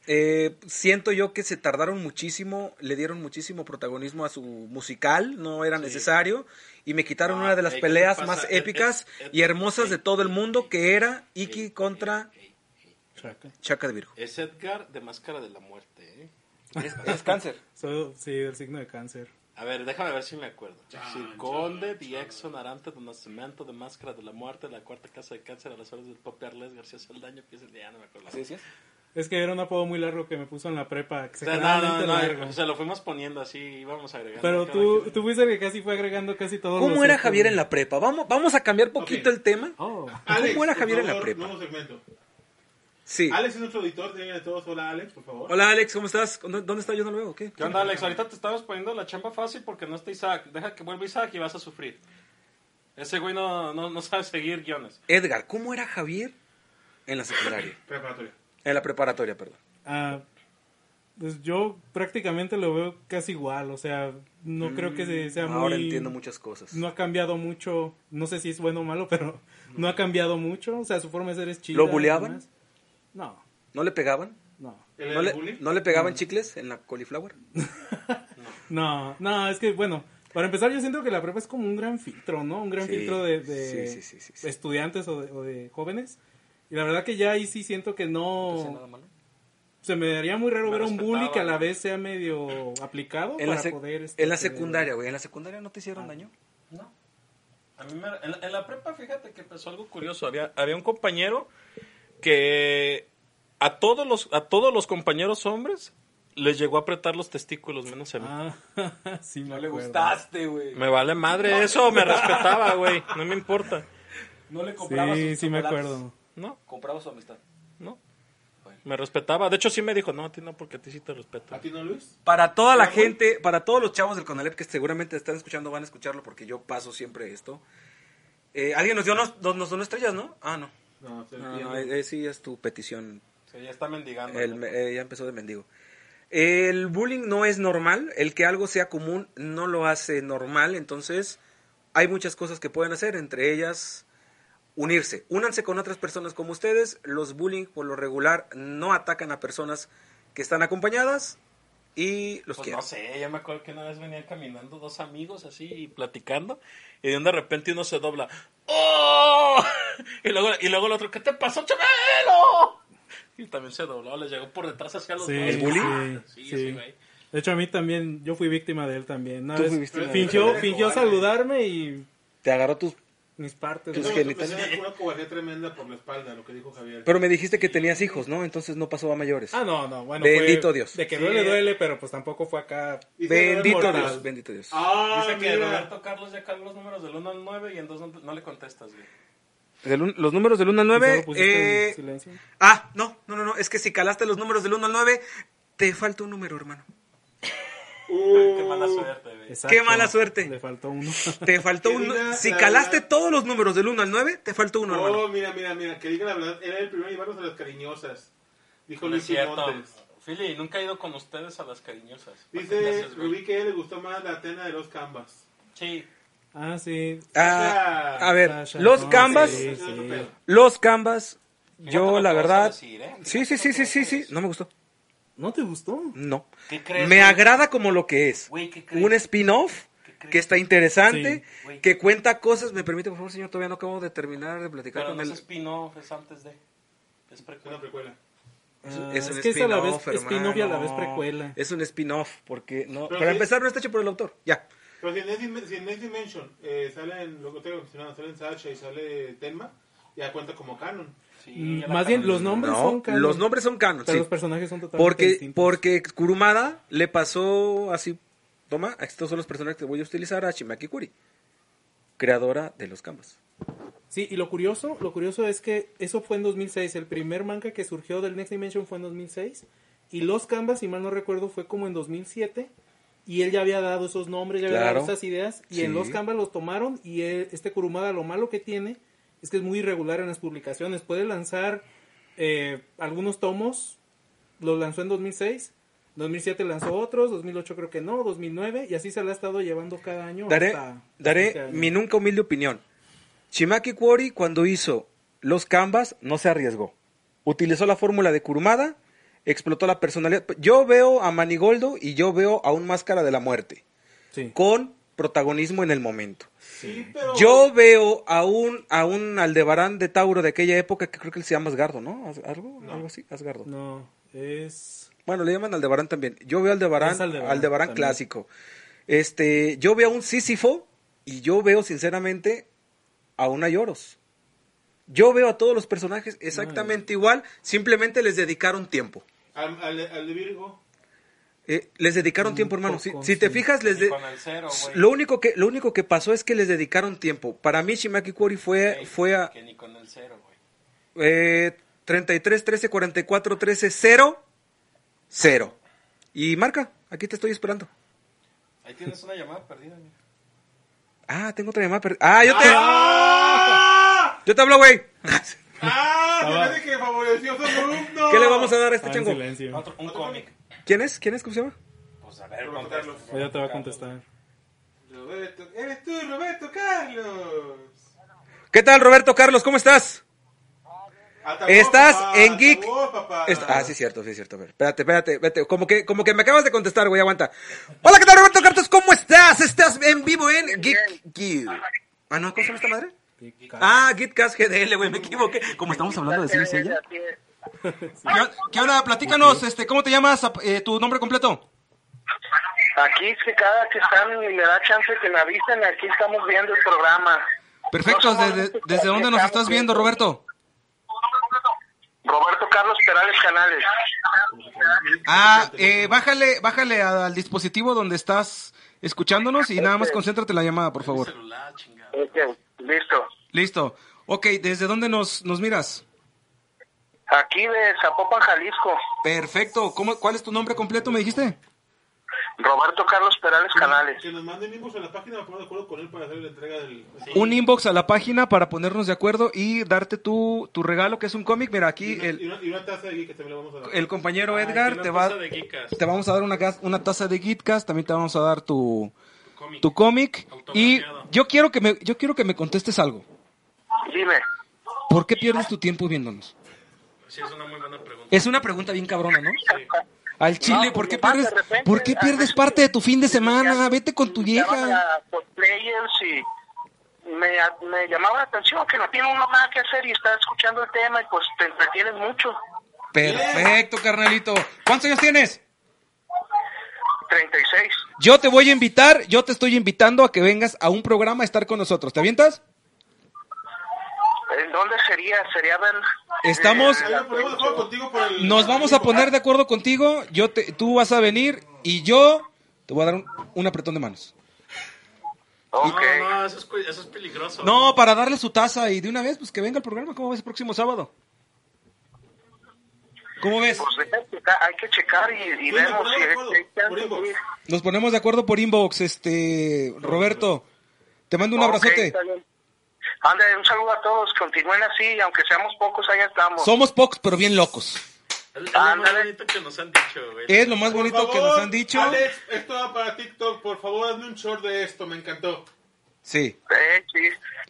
Eh, siento yo que se tardaron muchísimo, le dieron muchísimo protagonismo a su musical, no era necesario, y me quitaron Ah, una de las ey, ¿qué te peleas pasa? más Eh, eh, épicas eh, y hermosas de ey, todo el ey, mundo, ey, que era Iki ey, contra ey, ey. Chaca de Virgo. Es Edgar de Máscara de la Muerte, ¿eh? es cáncer. So- sí, del signo de cáncer. A ver, déjame ver si me acuerdo. Sir Conde, Diexon, Arante, Don Nacimiento, de Máscara de la Muerte, la Cuarta Casa de Cáncer, a las horas del Pope Arles, García Saldaño, Pies de... Ya no me acuerdo. Sí, sí es. Es que era un apodo muy largo que me puso en la prepa. O sea, no, no, exageradamente no, largo. o sea, lo fuimos poniendo así, íbamos agregando. Pero cada tú, quien. tú fuiste el que casi fue agregando casi todo. ¿Cómo era Javier en la prepa? Vamos, vamos a cambiar poquito Ok. el tema. Oh, Alex, ¿Cómo era por Javier en la favor, prepa? Nuevo segmento. Sí. Alex es nuestro editor, díganle a todos. Hola, Alex, por favor. Hola Alex, ¿cómo estás? ¿Dó- ¿Dónde está yo no lo veo? ¿Qué? ¿Qué onda, Alex? Ahorita te estamos poniendo la chamba fácil porque no está Isaac. Deja que vuelva Isaac y vas a sufrir. Ese güey no, no, no sabe seguir guiones. Edgar, ¿cómo era Javier en la secundaria? Preparatoria. En la preparatoria, perdón. ah, pues yo prácticamente lo veo casi igual. O sea, no creo que se- sea muy. Mm, Ahora entiendo muchas cosas. No ha cambiado mucho. No sé si es bueno o malo, pero no ha cambiado mucho. O sea, su forma de ser es chida. ¿Lo buleaban? además. No, ¿No le pegaban? no. ¿El ¿No del le, bullying? no le pegaban chicles en la cauliflower? No, no, es que bueno, para empezar yo siento que la prepa es como un gran filtro, ¿no? Un gran Sí, filtro de, de sí, sí, sí, sí, sí. estudiantes o de, o de jóvenes. Y la verdad que ya ahí sí siento que no... Se me daría muy raro Me ver a un bully respetaba, que a la ¿no? vez sea medio aplicado En la, para sec- poder... este, Ah, en la tener- secundaria, güey. ¿En la secundaria no te hicieron daño? No. A mí me- en, la- en la prepa, fíjate que pasó algo curioso. Había, había un compañero que a todos, los, a todos los compañeros hombres les llegó a apretar los testículos, menos a mí. Ah, sí, no le güey. Me vale madre eso, me respetaba, güey. No me importa. No le Sí, sí me acuerdo. No, Compraba su amistad. no. Me respetaba. De hecho, sí me dijo, no, a ti no, porque a ti sí te respeto. ¿A ti no, Luis? Para toda la gente, para todos los chavos del Conalep que seguramente están escuchando, van a escucharlo porque yo paso siempre esto. Eh, Alguien nos dio, nos, nos- nos donó estrellas, ¿no? Ah, no. No, se No, lo no, no, pido. eh, eh, sí es tu petición. Sí, ya está mendigando. El me- eh, ya empezó de mendigo. El bullying no es normal. El que algo sea común no lo hace normal. Entonces, hay muchas cosas que pueden hacer, entre ellas unirse. Únanse con otras personas como ustedes. Los bullying, por lo regular, no atacan a personas que están acompañadas y los Pues quieren. no sé, yo me acuerdo que una vez venían caminando dos amigos así y platicando y de un de repente uno se dobla. ¡Oh! Y luego, y luego el otro, ¿qué te pasó, Chabelo? Y también se dobló, les llegó por detrás hacia los Sí, dos. ¿El bullying? Sí, sí, sí, sí. güey. De hecho, a mí también, yo fui víctima de él también. Una Tú vez fui víctima de fingió, él. fingió saludarme y Te agarró tus... mis partes. Yo Tus ¿no? tengo que genitales. tener una cobardía tremenda por la espalda, lo que dijo Javier. Pero me dijiste que tenías hijos, ¿no? Entonces no pasó a mayores. Ah, no, no, bueno. Bendito fue- Dios. De que Sí. duele, duele, pero pues tampoco fue acá. Y se bendito ve Dios, mortal. bendito Dios. Ah, Dice que mira. Roberto Carlos ya cargó los números del 1 al 9 y en 2 no, no le contestas, güey. Del un- los números del 1 al 9. Solo pusiste eh, en silencio. ah, no, no, no, no. Es que si calaste los números del 1 al 9, te falta un número, hermano. Uh. Qué mala suerte, güey. Exacto. mala suerte. Le faltó uno. Te faltó Que un. diga Si la calaste verdad. todos los números del 1 al 9, te falta uno, hermano. Oh, mira, mira, mira, que diga la verdad, era el primero a llevarnos a las cariñosas. Dijo No es Luis cierto. Montes. Fili, nunca he ido con ustedes a las cariñosas. Dice Gracias, güey. Rubí que a él le gustó más la tena de los canvas. Sí. Ah, sí. Ah, Ah, a ver, Sasha, los no, canvas. sí, Es otro sí. pedo. Los canvas. Fíjate lo Yo, la que vas a verdad. decir, ¿eh? Sí, sí, sí, sí, sí, sí. No me gustó. ¿No te gustó? No. ¿Qué crees, Me güey? agrada como lo que es. Güey, ¿qué crees? Un spin-off ¿Qué crees? que está interesante, Sí. Güey. que cuenta cosas. Me permite, por favor, señor, todavía no acabo de terminar de platicar Pero con no es él. spin-off, es antes de. Es Es una precuela. precuela. Ah, es es, un que es a la vez spin-off, spin-off y a la vez hermano. precuela. Es un spin-off porque no. Pero para sí. empezar no está hecho por el autor. Ya. Pero si en Next, Dim- si en Next Dimension eh, salen, lo que te mencionado, salen Sasha y sale Tenma, ya cuenta como canon. Mm, Sí, ya la Más bien, cambié. los nombres No, son canon. los nombres son canon, Pero sí. los personajes son totalmente Porque distintos. porque Kurumada le pasó así. Toma, estos son los personajes que voy a utilizar a Shimaki Kuri, creadora de los canvas. Sí, y lo curioso, lo curioso es que eso fue en 2006. El primer manga que surgió del Next Dimension fue en 2006. Y los Canvas, si mal no recuerdo, fue como en 2007. Y él ya había dado esos nombres, ya había Claro. dado esas ideas. Y en Sí. los Canvas los tomaron. Y él- este Kurumada, lo malo que tiene es que es muy irregular en las publicaciones. Puede lanzar eh, algunos tomos. Los lanzó en 2006. 2007 lanzó otros, 2008 creo que no, 2009 y así se la ha estado llevando cada año. Daré, hasta- daré hasta este año. mi nunca humilde opinión. Shimaki Kuori cuando hizo los canvas no se arriesgó. Utilizó la fórmula de Kurumada, explotó la personalidad. Yo veo a Manigoldo y yo veo a un Máscara de la Muerte Sí. con protagonismo en el momento. Sí, pero. Yo veo a un a un Aldebarán de Tauro de aquella época que creo que él se llama Asgardo, ¿no? As- algo, algo así, Asgardo. No, es... Bueno, le llaman Aldebarán también. Yo veo Aldebarán, Es Aldebarán, Aldebarán también. clásico. Este, yo veo a un Sísifo y yo veo sinceramente a una Lloros. Yo veo a todos los personajes exactamente igual, simplemente les dedicaron tiempo. Al, al, al de Virgo. Eh, les dedicaron tiempo, hermano. Si- poco, si, te sí. fijas, les Y de- con el cero, güey. lo único que lo único que pasó es que les dedicaron tiempo. Para mí Shimaki Kuori fue Ey, fue a Que ni con el cero, güey. eh, 33 13 44 13 0 0. Y marca, aquí te estoy esperando. Ahí tienes una llamada perdida, güey. Ah, tengo otra llamada perdida. Ah, yo te. Yo te hablo, güey. ¿Qué ¡Ah! Se me hace que favoreció a su alumno. le vamos a dar a este Ah, en chango? silencio. Otro, un cómic. ¿Quién es? ¿Quién es? ¿Cómo se llama? Pues a ver, Roberto contesta. Carlos. Ella te va a contestar. Roberto, eres tú, Roberto Carlos. ¿Qué tal, Roberto Carlos? ¿Cómo estás? Hasta vos, Estás Ah, papá, en hasta Geek. vos, papá. Est- ah, sí, es cierto, sí, es cierto. A ver, espérate, espérate, espérate. Como que, como que me acabas de contestar, güey, aguanta. Hola, ¿qué tal, Roberto Carlos? ¿Cómo estás? Estás en vivo en Geek Geek. Ah, no, ¿cómo se llama esta madre? Ah, Geekcast GDL, güey, me equivoqué. Como estamos hablando de series ella. ¿Qué, qué onda? Platícanos, este, ¿cómo te llamas? Ap- eh, ¿Tu nombre completo? Aquí es que cada que están y me da chance que me avisen, aquí estamos viendo el programa. Perfecto, No somos desde, muchos, ¿desde pero dónde sí nos estamos estás viendo, viendo. Roberto? Roberto Carlos Perales Canales. Ah, eh, bájale, bájale al dispositivo donde estás escuchándonos y nada más concéntrate en la llamada, por favor. Ok, listo. Listo. Ok, ¿desde dónde nos, nos miras? Aquí de Zapopan, Jalisco. Perfecto. ¿Cómo, ¿Cuál es tu nombre completo, me dijiste? Roberto Carlos Perales Canales. Que nos manden inbox a la página para poner de acuerdo con él para hacer la entrega del. Un inbox a la página para ponernos de acuerdo y darte tu, tu regalo, que es un cómic. Mira, Y, aquí una, y, el, una, y una taza de Geek que también le vamos a dar. el Ah, compañero Edgar te va... De Geekas. Te vamos a dar una, gas- una taza de Gitcast, también te vamos a dar tu, cómic. tu cómic. Y Autografiado. yo quiero, que me, yo quiero que me contestes algo. Dime. ¿Por qué pierdes tu tiempo viéndonos? Sí, es una muy buena pregunta. Es una pregunta bien cabrona, ¿no? Al chile, No, ¿por qué pues, pierdes, de repente, ¿por qué a pierdes veces- parte de tu fin de semana? Ya- Vete con tu llaman vieja. a cosplayers y me, me llamaba la atención que no tiene uno nada que hacer y está escuchando el tema y pues te entretienes mucho. Perfecto, carnalito. ¿Cuántos años tienes? 36. Yo te voy a invitar, yo te estoy invitando a que vengas a un programa a estar con nosotros. ¿Te avientas? ¿En dónde sería? ¿Sería ver? Estamos- eh, Ahí lo ponemos de acuerdo contigo por el. Nos vamos a poner de acuerdo contigo. Yo te, tú vas a venir y yo te voy a dar un, un apretón de manos. Ok. No, no, eso es, cu- eso es peligroso. No, para darle su taza y de una vez, pues que venga el programa. ¿Cómo ves el próximo sábado? ¿Cómo ves? Pues deja checar- hay que checar y, y Sí, vemos no, si de acuerdo, si hay chance, por inbox. sí. Nos ponemos de acuerdo por inbox, este Roberto. Te mando un abrazote. Anda, un saludo a todos. Continúen así, aunque seamos pocos, allá estamos. Somos pocos, pero bien locos. Es, es lo más Ándale. bonito que nos han dicho, güey. Es lo más Por bonito favor, que nos han dicho. Alex, esto va para TikTok. Por favor, hazme un short de esto. Me encantó. Sí. Eh, sí.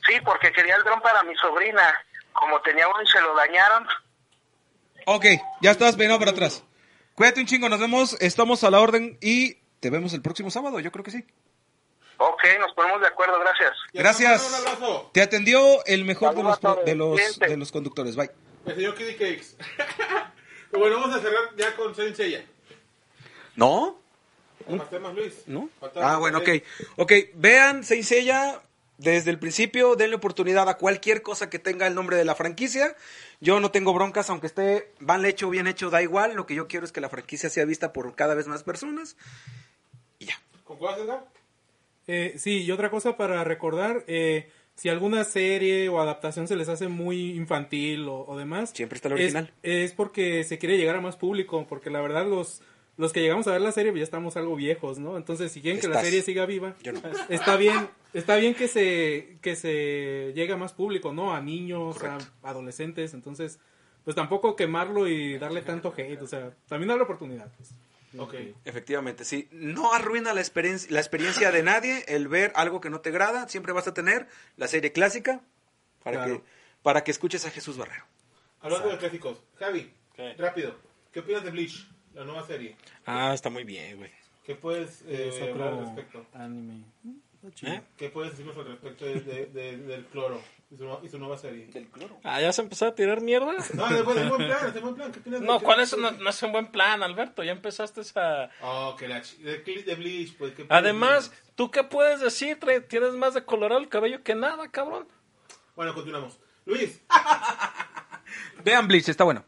sí, porque quería el dron para mi sobrina. Como tenía uno y se lo dañaron. Ok, ya estás peinado para atrás. Cuídate un chingo, nos vemos. Estamos a la orden y te vemos el próximo sábado. Yo creo que sí. Ok, nos ponemos de acuerdo, gracias. Y a Gracias. Ramón, Un abrazo. Te atendió el mejor de Saludos los, a pro- todos. de los, Cuídense. de los conductores. Bye. El señor Kitty Cakes. Pero bueno, vamos a cerrar ya con Sensei. ¿No? Falta más Luis. ¿No? Falta- Ah, bueno, ok. Ok, vean Saint Seiya desde el principio, denle oportunidad a cualquier cosa que tenga el nombre de la franquicia. Yo no tengo broncas, aunque esté mal hecho o bien hecho, da igual. Lo que yo quiero es que la franquicia sea vista por cada vez más personas. Y ya. ¿Con cuál Edgar? Eh, sí, y otra cosa para recordar, eh, si alguna serie o adaptación se les hace muy infantil o, o demás, Siempre está el es- original. Es, porque se quiere llegar a más público, porque la verdad los los que llegamos a ver la serie pues ya estamos algo viejos, ¿no? Entonces, si quieren que la Estás. serie siga viva, Yo no. está bien, está bien que se que se llegue a más público, ¿no? A niños, a adolescentes, entonces pues tampoco quemarlo y darle tanto hate, o sea, también darle oportunidad. pues. Ok. Efectivamente, sí. No arruina la, experien- la experiencia de nadie el ver algo que no te agrada. Siempre vas a tener la serie clásica para, Claro. que, para que escuches a Jesús Barrero. Hablando de clásicos. Javi, ¿Qué? rápido. ¿Qué opinas de Bleach? La nueva serie. Ah, está muy bien, güey. ¿Qué puedes eh, Es otro hablar al respecto? anime. ¿Eh? ¿Qué puedes decirnos al respecto de, de- de- del cloro y su, y su nueva serie? Ah, ¿ya se empezó a tirar mierda? No, es buen, es buen plan, es buen plan. ¿Qué opinas de- No, qué- ¿cuál es? No, no es un buen plan, Alberto. Ya empezaste a... Oh, que la ch- de, Cle- de Bleach, pues. ¿qué opinas? Además, ¿tú qué puedes decir? Trae- Tienes más de colorado el cabello que nada, cabrón. Bueno, continuamos. Luis, Vean Bleach, está bueno.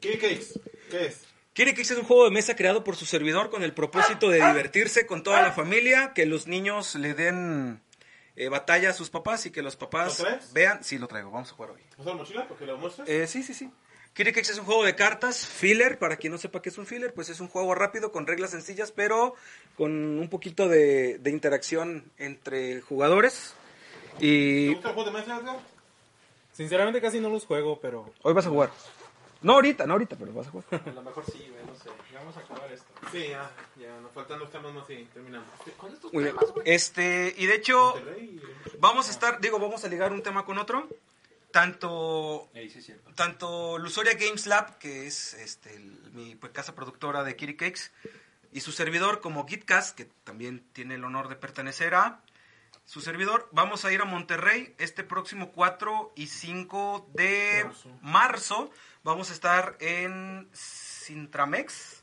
¿qué cakes? ¿Qué es? Quiere que es un juego de mesa creado por su servidor con el propósito de divertirse con toda la familia, que los niños le den eh, batalla a sus papás y que los papás ¿Lo traes? vean. Sí, lo traigo, vamos a jugar hoy. ¿Usas la mochila? Porque la muestras. Eh, sí, sí, sí. Kitty Cakes es un juego de cartas, filler, para quien no sepa qué es un filler, pues es un juego rápido con reglas sencillas, pero con un poquito de, de interacción entre jugadores. ¿Te Y gusta el juego de mesa, Edgar? Sinceramente casi no los juego, pero hoy vas a jugar. No ahorita, no ahorita, pero vas a jugar. A lo mejor sí, güey, no sé. Vamos a acabar esto. Sí, ya, ya. Nos faltan dos temas más y terminamos. Muy bien. Este, y de hecho, Monterrey y- Vamos a estar, digo, vamos a ligar un tema con otro. Tanto, Ey, sí, es cierto. tanto Lusoria Games Lab, que es este, el- mi pues, casa productora de Kitty Cakes, y su servidor como Gitcast, que también tiene el honor de pertenecer a su servidor, vamos a ir a Monterrey este próximo 4 y 5 de marzo. Vamos a estar en Sintramex,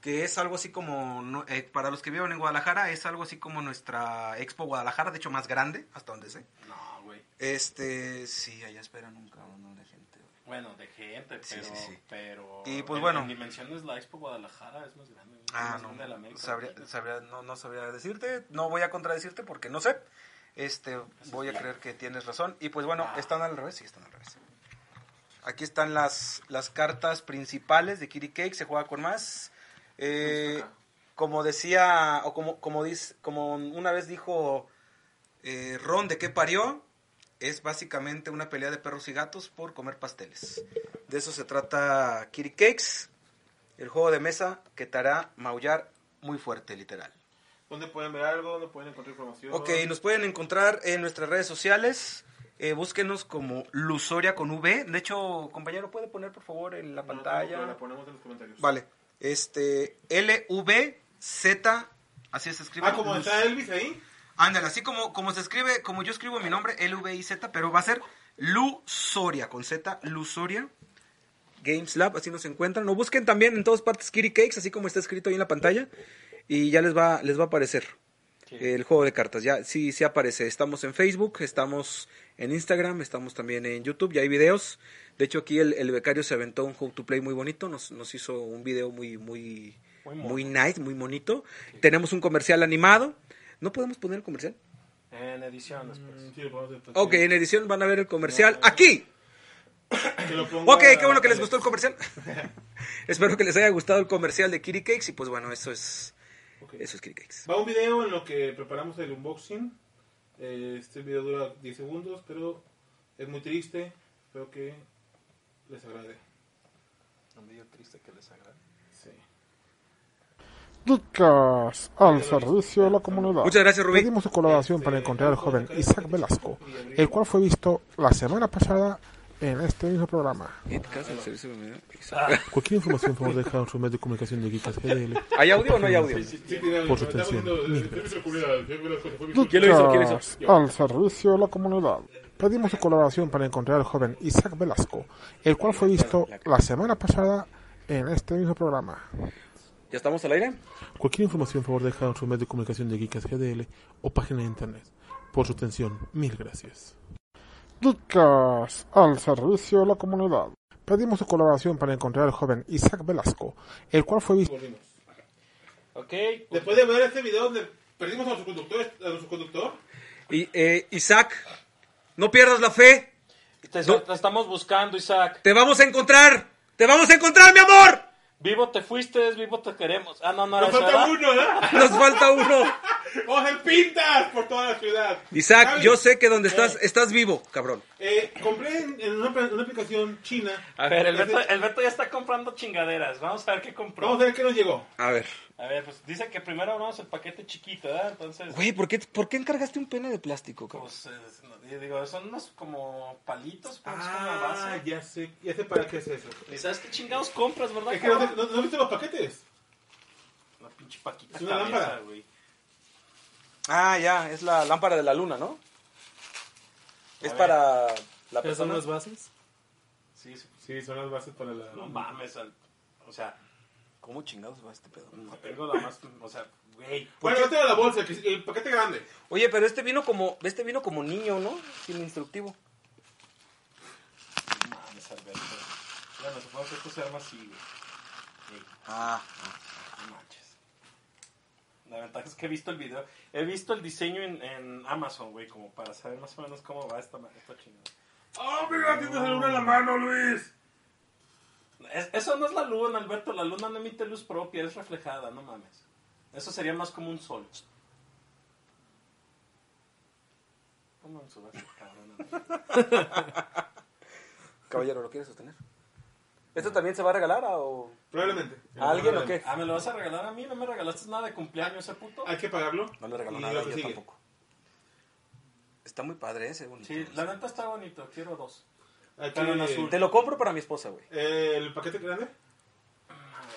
que es algo así como, no- eh, para los que viven en Guadalajara, es algo así como nuestra Expo Guadalajara, de hecho más grande, hasta donde sé. No, güey. Este, sí, allá esperan un cabrón de gente. güey. Bueno, de gente, pero. Sí, sí, sí. pero Y, pues, en- bueno. En dimensiones, la Expo Guadalajara es más grande. güey. Ah, Es más grande de la no, pues, América. sabría, sabría- no, no sabría decirte, no voy a contradecirte porque no sé. Este, Pues voy a creer que tienes razón. Y pues Ah. bueno, están al revés, sí, están al revés. Aquí están las, las cartas principales de Kitty Cake, se juega con más. Eh, como decía, o como, como, dice, como una vez dijo eh, Ron de qué parió, es básicamente una pelea de perros y gatos por comer pasteles. De eso se trata Kitty Cakes, el juego de mesa que te hará maullar muy fuerte, literal. ¿Dónde pueden ver algo? ¿Dónde pueden encontrar información? Ok, nos pueden encontrar en nuestras redes sociales. eh, búsquenos como Lusoria con V. De hecho, compañero, ¿puede poner por favor en la No, pantalla? pero La ponemos en los comentarios. Vale, este, L-V-Z, así se escribe. Ah, como Lus- está Elvis ahí. Ándale, así como, como se escribe, como yo escribo mi nombre, L-V-I-Z, pero va a ser Lusoria, con Z, Lusoria. Games Lab, así nos encuentran. O busquen también en todas partes Kitty Cakes, así como está escrito ahí en la pantalla. Y ya les va, les va a aparecer el juego de cartas. Ya sí, sí aparece. Estamos en Facebook, estamos en Instagram, estamos también en YouTube. Ya hay videos. De hecho, aquí el, el becario se aventó un How to Play muy bonito. Nos, nos hizo un video muy, muy, muy nice, muy bonito. Tenemos un comercial animado. ¿No podemos poner el comercial? En ediciones, pues. Sí, lo podemos hacer. Ok, en edición van a ver el comercial aquí. Te lo pongo Ok, a- qué bueno que les gustó el comercial. Espero que les haya gustado el comercial de Kitty Cakes y pues bueno, eso es Ok. eso es Kitty Cakes. Va un video en lo que preparamos el unboxing. Eh, Este video dura 10 segundos, pero es muy triste. Espero que les agrade. Un video triste que les agrade. Sí. Geekcast, al servicio de la comunidad. Muchas gracias, Rubí. Pedimos su colaboración para encontrar al joven Isaac Velasco, el cual fue visto la semana pasada en este mismo programa. Ah. Cualquier información, por favor, dejar en su medio de comunicación de Geekcast GDL. ¿Hay audio o no hay audio? Sí, tiene algo. Por su Estamos atención. viendo- Estamos viendo- ¿Quién lo hizo? ¿Quién lo Geekcast, al servicio de la comunidad. Pedimos su colaboración para encontrar al joven Isaac Velasco, el cual fue visto la semana pasada en este mismo programa. ¿Ya estamos al aire? Cualquier información, por favor, dejar en su medio de comunicación de Geekas GDL o página de internet. Por su atención, mil gracias. Geekas, al servicio de la comunidad. Pedimos su colaboración para encontrar al joven Isaac Velasco, el cual fue visto Volvimos. Ok. Después de ver este video donde perdimos a nuestro conductor, a nuestro conductor Y, eh, Isaac, no pierdas la fe. Te, te estamos buscando, Isaac. Te vamos a encontrar. Te vamos a encontrar, mi amor. Vivo te fuiste, vivo te queremos. Ah, no, no, nos era eso, falta ¿verdad? uno, ¿verdad? Nos falta uno. Vamos a hacer pintas por toda la ciudad. Isaac, Javi, yo sé que donde estás estás vivo, cabrón. Eh, compré en, en una, en una aplicación china. A ver, el Beto, Este- el Beto ya está comprando chingaderas. Vamos a ver qué compró. Vamos a ver qué nos llegó. A ver. A ver, pues dice que primero hablamos el paquete chiquito, ¿verdad? Entonces, Güey, ¿por qué, ¿por qué encargaste un pene de plástico, cabrón? pues, es- no, yo digo, son unos como palitos, pues, como Ah, base. ya sé, ya sé para qué es eso. Ni sabes qué chingados compras, ¿verdad? Es que no, cabrón? no- ¿no viste los paquetes. La pinche paquita Es una cabeza, lámpara. güey. Ah, ya, es la lámpara de la luna, ¿no? Es ver. para la ¿Esas son persona. las bases? Sí, sí. Sí, son las bases para la. No mames, al- o sea, ¿Cómo chingados va este pedo? no tengo la más, o sea, güey. Bueno, no tengo la bolsa, que es el paquete grande. Oye, pero este vino como este vino como niño, ¿no? Sin instructivo. Mames, Alberto. Bueno, supongo que esto se arma así, güey. Ah. No manches. La ventaja es que he visto el video. He visto el diseño en, en Amazon, güey, como para saber más o menos cómo va esta, ma- esta chingada. ¡Oh, mira, tienes la luna en la mano, Luis! Es- eso no es la luna, Alberto. La luna no emite luz propia, es reflejada, no mames. Eso sería más como un sol. ¿Cómo me subas, cabrón? Caballero, ¿lo quieres sostener? ¿Esto también se va a regalar a- o Probablemente. a alguien o qué? Ah, ¿me lo vas a regalar a mí? ¿No me regalaste nada de cumpleaños ese puto? Hay que pagarlo. No le regaló Y nada, lo que yo sigue. tampoco. Está muy padre ese, bonito. Sí, la neta está bonito, quiero dos. Hay Pero en que- azul. Te lo compro para mi esposa, güey. Eh, el paquete grande.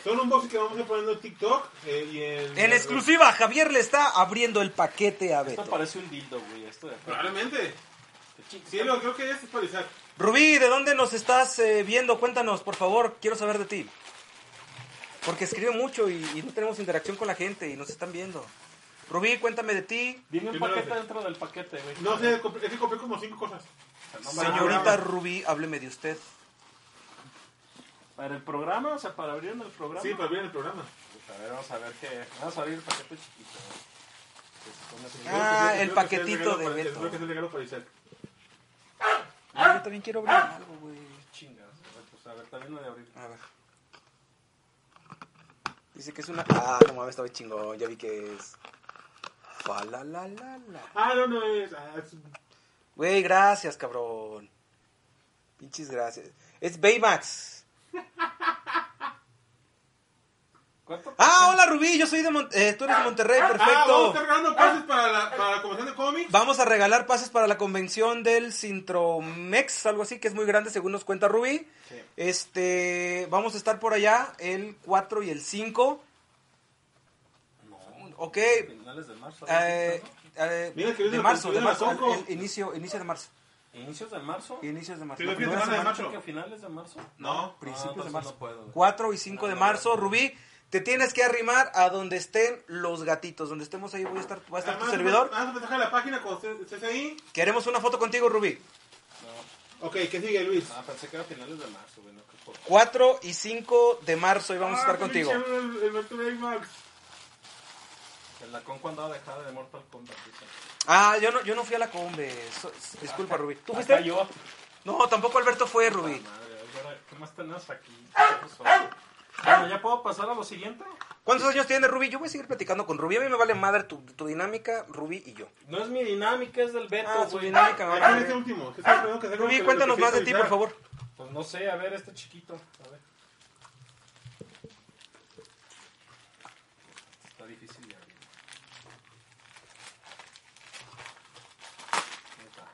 Son un box que vamos a poner en TikTok eh, y en... En exclusiva, Javier le está abriendo el paquete a Esto Beto. parece un dildo, güey, esto de acá. Probablemente. Ah. Sí, lo creo que es es para Isaac. Rubí, ¿de dónde nos estás eh, viendo? Cuéntanos, por favor, quiero saber de ti. Porque escribe mucho y, y no tenemos interacción con la gente y nos están viendo. Rubí, cuéntame de ti, Dime un Primero paquete hace. dentro del paquete, güey. No sé, compré- es que compré como cinco cosas. No mames. señorita Rubí, hábleme de usted. ¿Para el programa? O sea, para abrir en el programa. Pues, Sí, para ver el programa. A ver, vamos a ver qué. Vamos a abrir el paquete chiquito. Creo Ah, que- el creo que es paquetito regalo de para- Beto. Creo que es el regalo para Isaac. Ah, yo también quiero abrir algo, güey. Chingas. A ver, pues a ver, también lo de abrir. A ver. Dice que es una. Ah, no mames, estaba chingón. Ya vi que es. Fa, la, la, la, la. Ah, no, no es... ah, es- Güey, gracias, cabrón. Pinches gracias. Es Baymax. ¿Cuánto? Ah, hola Rubí, yo soy de Mon- eh, tú eres de Monterrey, Ah, vamos a perfecto. estar regalando pases para la, para la convención de cómics. Vamos a regalar pases para la convención del Cintromex, algo así, que es muy grande según nos cuenta Rubí. Este, vamos a estar por allá el 4 y el 5. No. Ok. Finales de marzo. eh, eh, Mira que viene de la marzo, convención de de marzo, Macoco. el- el inicio, inicio de marzo. ¿Inicios de marzo? Inicios de marzo. Pero La que te primera van a semana- demandar. ¿Creo que finales de marzo? No. principios Ah, de entonces marzo. no puedo, güey. 4 y 5 de No, no, marzo, no. Rubí. Te tienes que arrimar a donde estén los gatitos, donde estemos ahí voy a estar, va a estar tu Además, servidor. Vamos a mensaje a la página cuando estés- estés ahí. Queremos una foto contigo, Rubí. Ok, ¿qué sigue, Luis? Ah, pensé que era finales de marzo, güey. No, que por... 4 y 5 de marzo y vamos a estar Ah, contigo. El, el, el Beto Baymax. En la Conco andaba dejada de Mortal Kombat. dice. Ah, yo no, yo no fui a la combe. So- s- disculpa, Rubí. ¿Tú fuiste? Hasta yo. No, tampoco Alberto fue, Rubí. Madre, ahora, ¿qué más tenemos aquí? ¿Qué pasó? Bueno, ¿ya puedo pasar a lo siguiente? ¿Cuántos años tiene Rubí? Yo voy a seguir platicando con Rubí. A mí me vale madre tu, tu dinámica, Rubí y yo. No es mi dinámica, es del Beto, Ah, su güey. dinámica, me vale Ah, madre. este último. este primero que hacemos, Rubí, que cuéntanos lo que más de ti, por quieras favor. Pues no sé, a ver, este chiquito. A ver. Está difícil ya. Ahí está.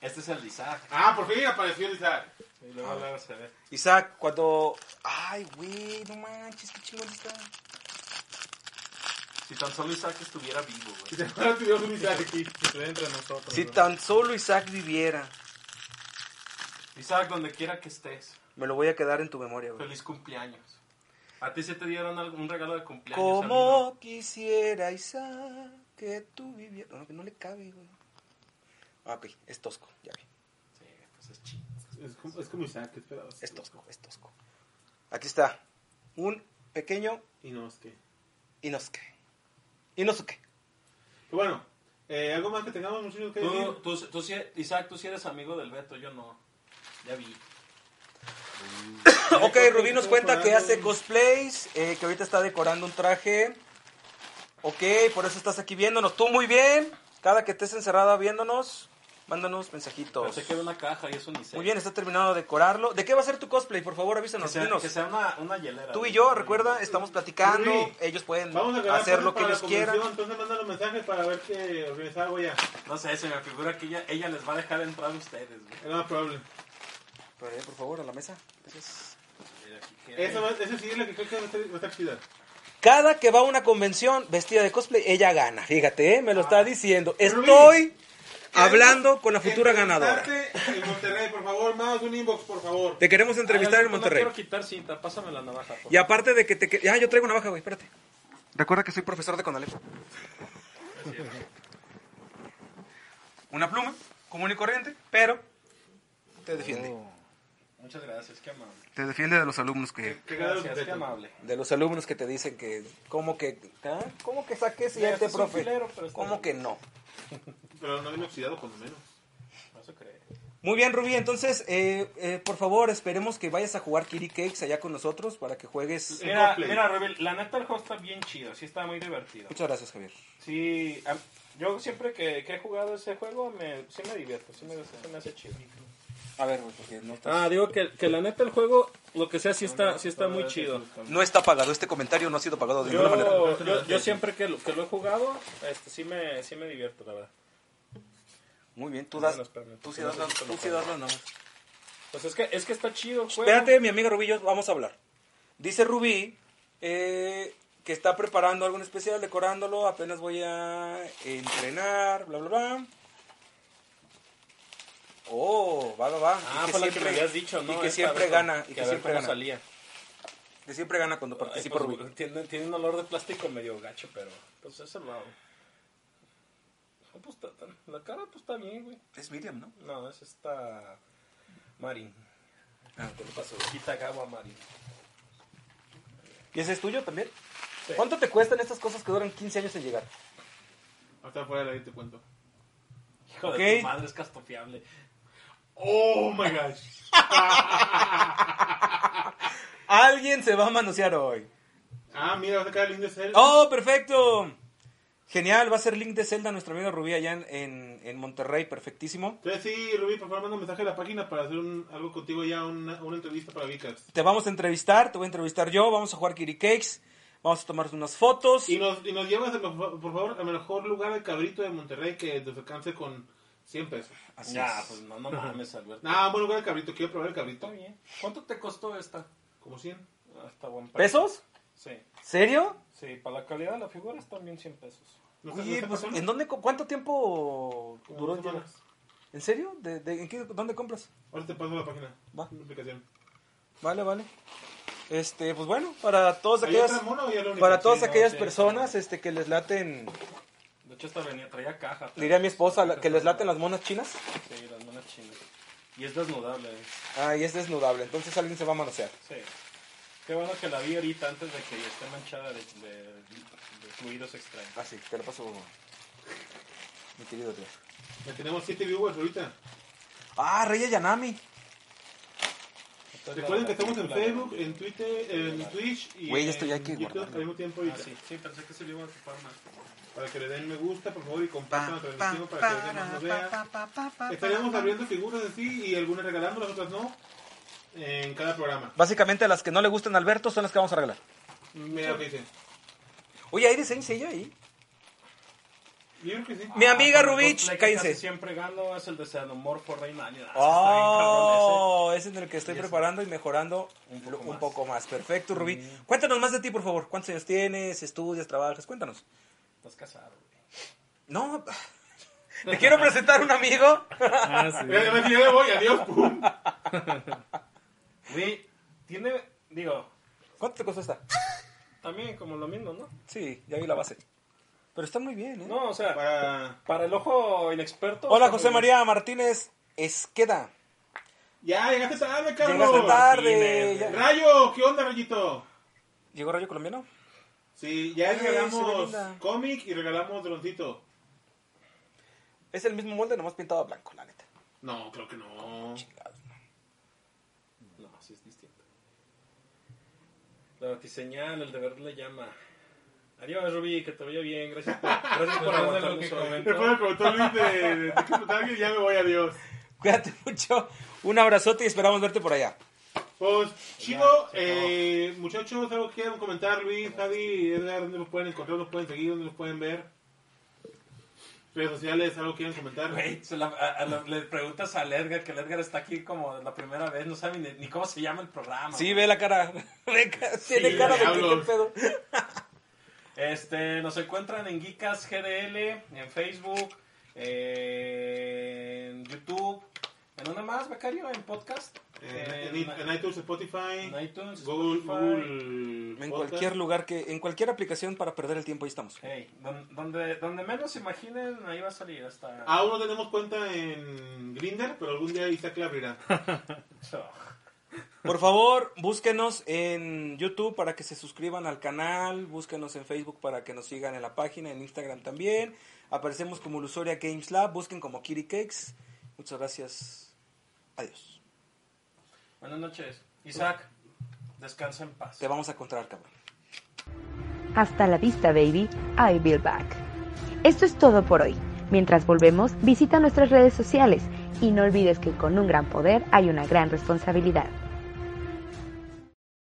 Este es el de Isaac. avisar. Ah, por fin apareció el Isaac. Y Ah. luego luego se ve. Isaac, cuando. Ay, güey, no manches, qué chingón está. Si tan solo Isaac estuviera vivo, Y güey. te acuerdas que tuvimos un Isaac aquí. Estuviera entre nosotros. Si ¿no? tan solo Isaac viviera, Isaac, donde quiera que estés, me lo voy a quedar en tu memoria, güey. feliz cumpleaños. A ti se te dieron algo- un regalo de cumpleaños. a mí no. Como quisiera, Isaac, que tú vivieras. No, que no le cabe, güey. Ah, ok, es tosco, ya vi. Sí, pues es chido. Es como, es como Isaac, ¿qué esperabas? Es tosco, es tosco. Aquí está. Un pequeño Y no, es que... Inosuke. Inosuke. Pero bueno, eh, algo más que tengamos muchachos que Tú, eh, decir. tú, tú sí- Isaac, tú sí eres amigo del Beto, yo no. Ya vi. Ok, Rubí nos cuenta que hace cosplays, eh, que ahorita está decorando un traje. Ok, por eso estás aquí viéndonos. Tú muy bien. Cada que estés encerrada viéndonos, mándanos mensajitos. Pensé que era una caja y eso ni sé. Muy bien, está terminado de decorarlo. ¿De qué va a ser tu cosplay? Por favor, Que avísanos. sea, dinos. que sea una, una hielera. Tú y güey. yo, recuerda, estamos platicando. Rubí, Ellos pueden Vamos a grabar hacer lo cosas para que la ellos quieran. convención, Entonces mandan los mensajes para ver que organizar algo ya. No sé, se me figura que ella, ella les va a dejar entrar a ustedes, güey. Es más probable. Pero, eh, por favor, a la mesa. Gracias. Mira, aquí que- Esa, va- esa sí es la que creo que va a estar, va a estar chida. Cada que va a una convención vestida de cosplay, ella gana. Fíjate, ¿eh? me lo está diciendo. Ah. Rubí, Estoy hablando con la futura ganadora. Entrevistarte En Monterrey, por favor, más un inbox, por favor. Te queremos Ay, entrevistar en no Monterrey. quiero quitar cinta, pásame la navaja. por Y aparte de que te... que- Ah, yo traigo una baja, güey, espérate. Recuerda que soy profesor de Conalep. Una pluma, común y corriente, pero... Te defiende. favor. Muchas gracias, qué amable. Oh. Te defiende de los alumnos que... Qué gracias, Gracias, qué amable. De los alumnos que te dicen que... ¿Cómo que...? ¿ah? ¿Cómo que saques y Mira, este este es un profe? filero, pero está ¿Cómo bien. que no? Pero no vino oxidado, cuando menos. No se cree. Muy bien, Rubí. Entonces, eh, eh, por favor, esperemos que vayas a jugar Kiri Cakes allá con nosotros para que juegues... Mira, cosplay. mira, Rebel, la neta el juego está bien chido, sí está muy divertido. Muchas gracias, Javier. Sí, a- yo siempre que, que he jugado ese juego, me, sí me divierto, sí me, se me hace chido. A ver, güey, porque no está... Ah, digo que, que la neta el juego, lo que sea, sí está, sí está muy chido. No está pagado. Este comentario no ha sido pagado de ninguna manera. Yo, yo, yo siempre que lo, que lo he jugado, este, sí, me, sí me divierto, la verdad. Muy bien, tú No das, nos permite. tú sí das, las- tú sí das las nombres. Pues es que, es que está chido el juego. Espérate, mi amiga Rubí, yo vamos a hablar. Dice Rubí eh, que está preparando algo en especial, decorándolo, apenas voy a entrenar, bla, bla, bla. Oh, va, va, va. Ah, Y fue la que me habías dicho, ¿no? Y que Esta siempre vez, gana, y que que, a ver siempre cómo gana. salía. Que siempre gana cuando Ay, participa pues, Rubí. tiene, tiene un olor de plástico medio gacho, pero pues eso lo hago. No, pues, ta- ta- la cara pues está bien, güey. Es Miriam, ¿no? No, es esta Marin. Ah, ¿Qué le pasó? Kitagawa Marin. ¿Y ese es tuyo también? Sí. ¿Cuánto te cuestan estas cosas que duran 15 años en llegar? Hasta fuera de ahí te cuento. Hijo Ok. de tu madre, es castofiable. Oh my gosh. Alguien se va a manosear hoy. Ah, mira, va a sacar el link de Zelda. ¡Oh, perfecto! Genial, va a ser link de Zelda nuestra amiga Rubí allá en, en- en Monterrey, perfectísimo. Entonces sí, Rubí, por favor, manda un mensaje a la página para hacer un- algo contigo ya, una, una entrevista para Vicas. Te vamos a entrevistar, te voy a entrevistar yo, vamos a jugar Kiri Cakes, vamos a tomar unas fotos. Y nos, y nos llevas, a lo mejor- por favor, al mejor lugar al cabrito de Monterrey que nos alcance con 100 pesos. Así ya, es. pues no, no mames, Alberto. Ah, buen lugar al cabrito, quiero probar el Está cabrito. bien. ¿Cuánto te costó esta? Como 100. Ah, está buen precio. ¿Pesos? Sí, ¿Serio? sí, para la calidad de la figura están bien 100 pesos. ¿No está- no Oye, está pues, pasando? ¿en dónde, co- cuánto tiempo Como duró? dos ya? semanas. ¿En serio? ¿De, de- en qué- ¿Dónde compras? Ahora te paso la página. Va. Una aplicación. Vale, vale. Este, pues bueno, para todas ¿Hay aquellas, otra mona o ya la única? para todas Sí, no, aquellas sí. personas este, que les laten, De hecho, esta venía, traía caja. diría mi esposa, la- que les laten las monas chinas. Sí, las monas chinas. Y es desnudable. eh. Ah, y es desnudable, entonces alguien se va a manosear. Sí. Qué bueno que la vi ahorita antes de que esté manchada de, de- de fluidos extraños. Así, Ah, te lo paso, mi querido tío. Ya tenemos 7 viewers ahorita. Ah, Rey Yanami. Recuerden que estamos en Facebook, en Twitter, en Twitch y Güey, esto ya hay en que YouTube guardarlo. al mismo tiempo ahorita. Ah, sí, sí, pensé que se lo iban a ocupar más. Para que le den me gusta, por favor, y compartan la transmisión para que los demás nos vean. Estaremos abriendo figuras así y algunas regalando, las otras no, en cada programa. Básicamente las que no le gustan a Alberto son las que vamos a regalar. Mira lo que dicen. Oye, ¿hay diseño sello ahí? Yo creo que sí. Mi amiga Ah, con el Rubich, cosplay que cállense. casi Siempre gano es el de Xenomorfo Rey Alien. Ah, Oh, es en el que estoy Y ese. preparando y mejorando un poco poco, más. más. Mm. Perfecto, Rubí. Cuéntanos más de ti, por favor. ¿Cuántos años tienes? ¿Estudias? ¿Trabajas? Cuéntanos. cabrón ese. Estás casado, güey. No, te quiero presentar un amigo. Mira, ya me tiré, voy, adiós, pum. Güey, tiene, digo, ¿Cuánto te costó esta? también como lo mismo, ¿no? Sí, ya vi la base. Pero está muy bien, ¿eh? No, o sea, para, Para... el ojo inexperto. Hola, está José muy María Martínez Esqueda. Ya, llegaste tarde, Carlos. Llegaste tarde. Martínez, ya- Rayo, ¿qué onda, Rayito? ¿Llegó Rayo Colombiano? Sí, ya Ay, se ve regalamos linda. cómic y regalamos droncito. Es el mismo molde, nomás pintado a blanco, la neta. No, creo que no. bien. No, sí es distinto. La tiseñal, el deber le llama. Adiós, Rubí, que te vaya bien. Gracias por, gracias por aguantar que Después me comentó Luis de, de, de que total, ya me voy, adiós. Cuídate mucho. Un abrazote y esperamos verte por allá. Pues, chido, eh, muchachos, algo que quieran comentar, Luis, Javi, Edgar, ¿dónde los pueden encontrar, los pueden seguir, dónde los pueden ver? Redes sociales, algo que quieran comentar. Güey, se la- a- a la- le preguntas al Edgar, que el Edgar está aquí como la primera vez, no sabe ni, ni cómo se llama el programa. Sí, güey. ve la cara. Ve ca- Tiene cara de que qué diablos. pedo. Este, nos encuentran en Geekas GDL, en Facebook, eh, en YouTube, en dónde más, Becario, en podcast, Eh, En, en, en iTunes, Spotify, eh, en iTunes, Google, Spotify. Google En Podcast. cualquier lugar que, en cualquier aplicación para perder el tiempo ahí estamos. Hey, don- donde, donde menos se imaginen, ahí va a salir hasta... Aún no tenemos cuenta en Grinder, pero algún día Isaac la abrirá. Por favor, búsquenos en YouTube para que se suscriban al canal, búsquenos en Facebook para que nos sigan en la página, en Instagram también. Aparecemos como Lusoria Games Lab, busquen como Kiri Cakes. Muchas gracias. Adiós. Buenas noches. Isaac, descansa en paz. Te vamos a encontrar, cabrón. Hasta la vista, baby. I will back. Esto es todo por hoy. Mientras volvemos, visita nuestras redes sociales y no olvides que con un gran poder hay una gran responsabilidad.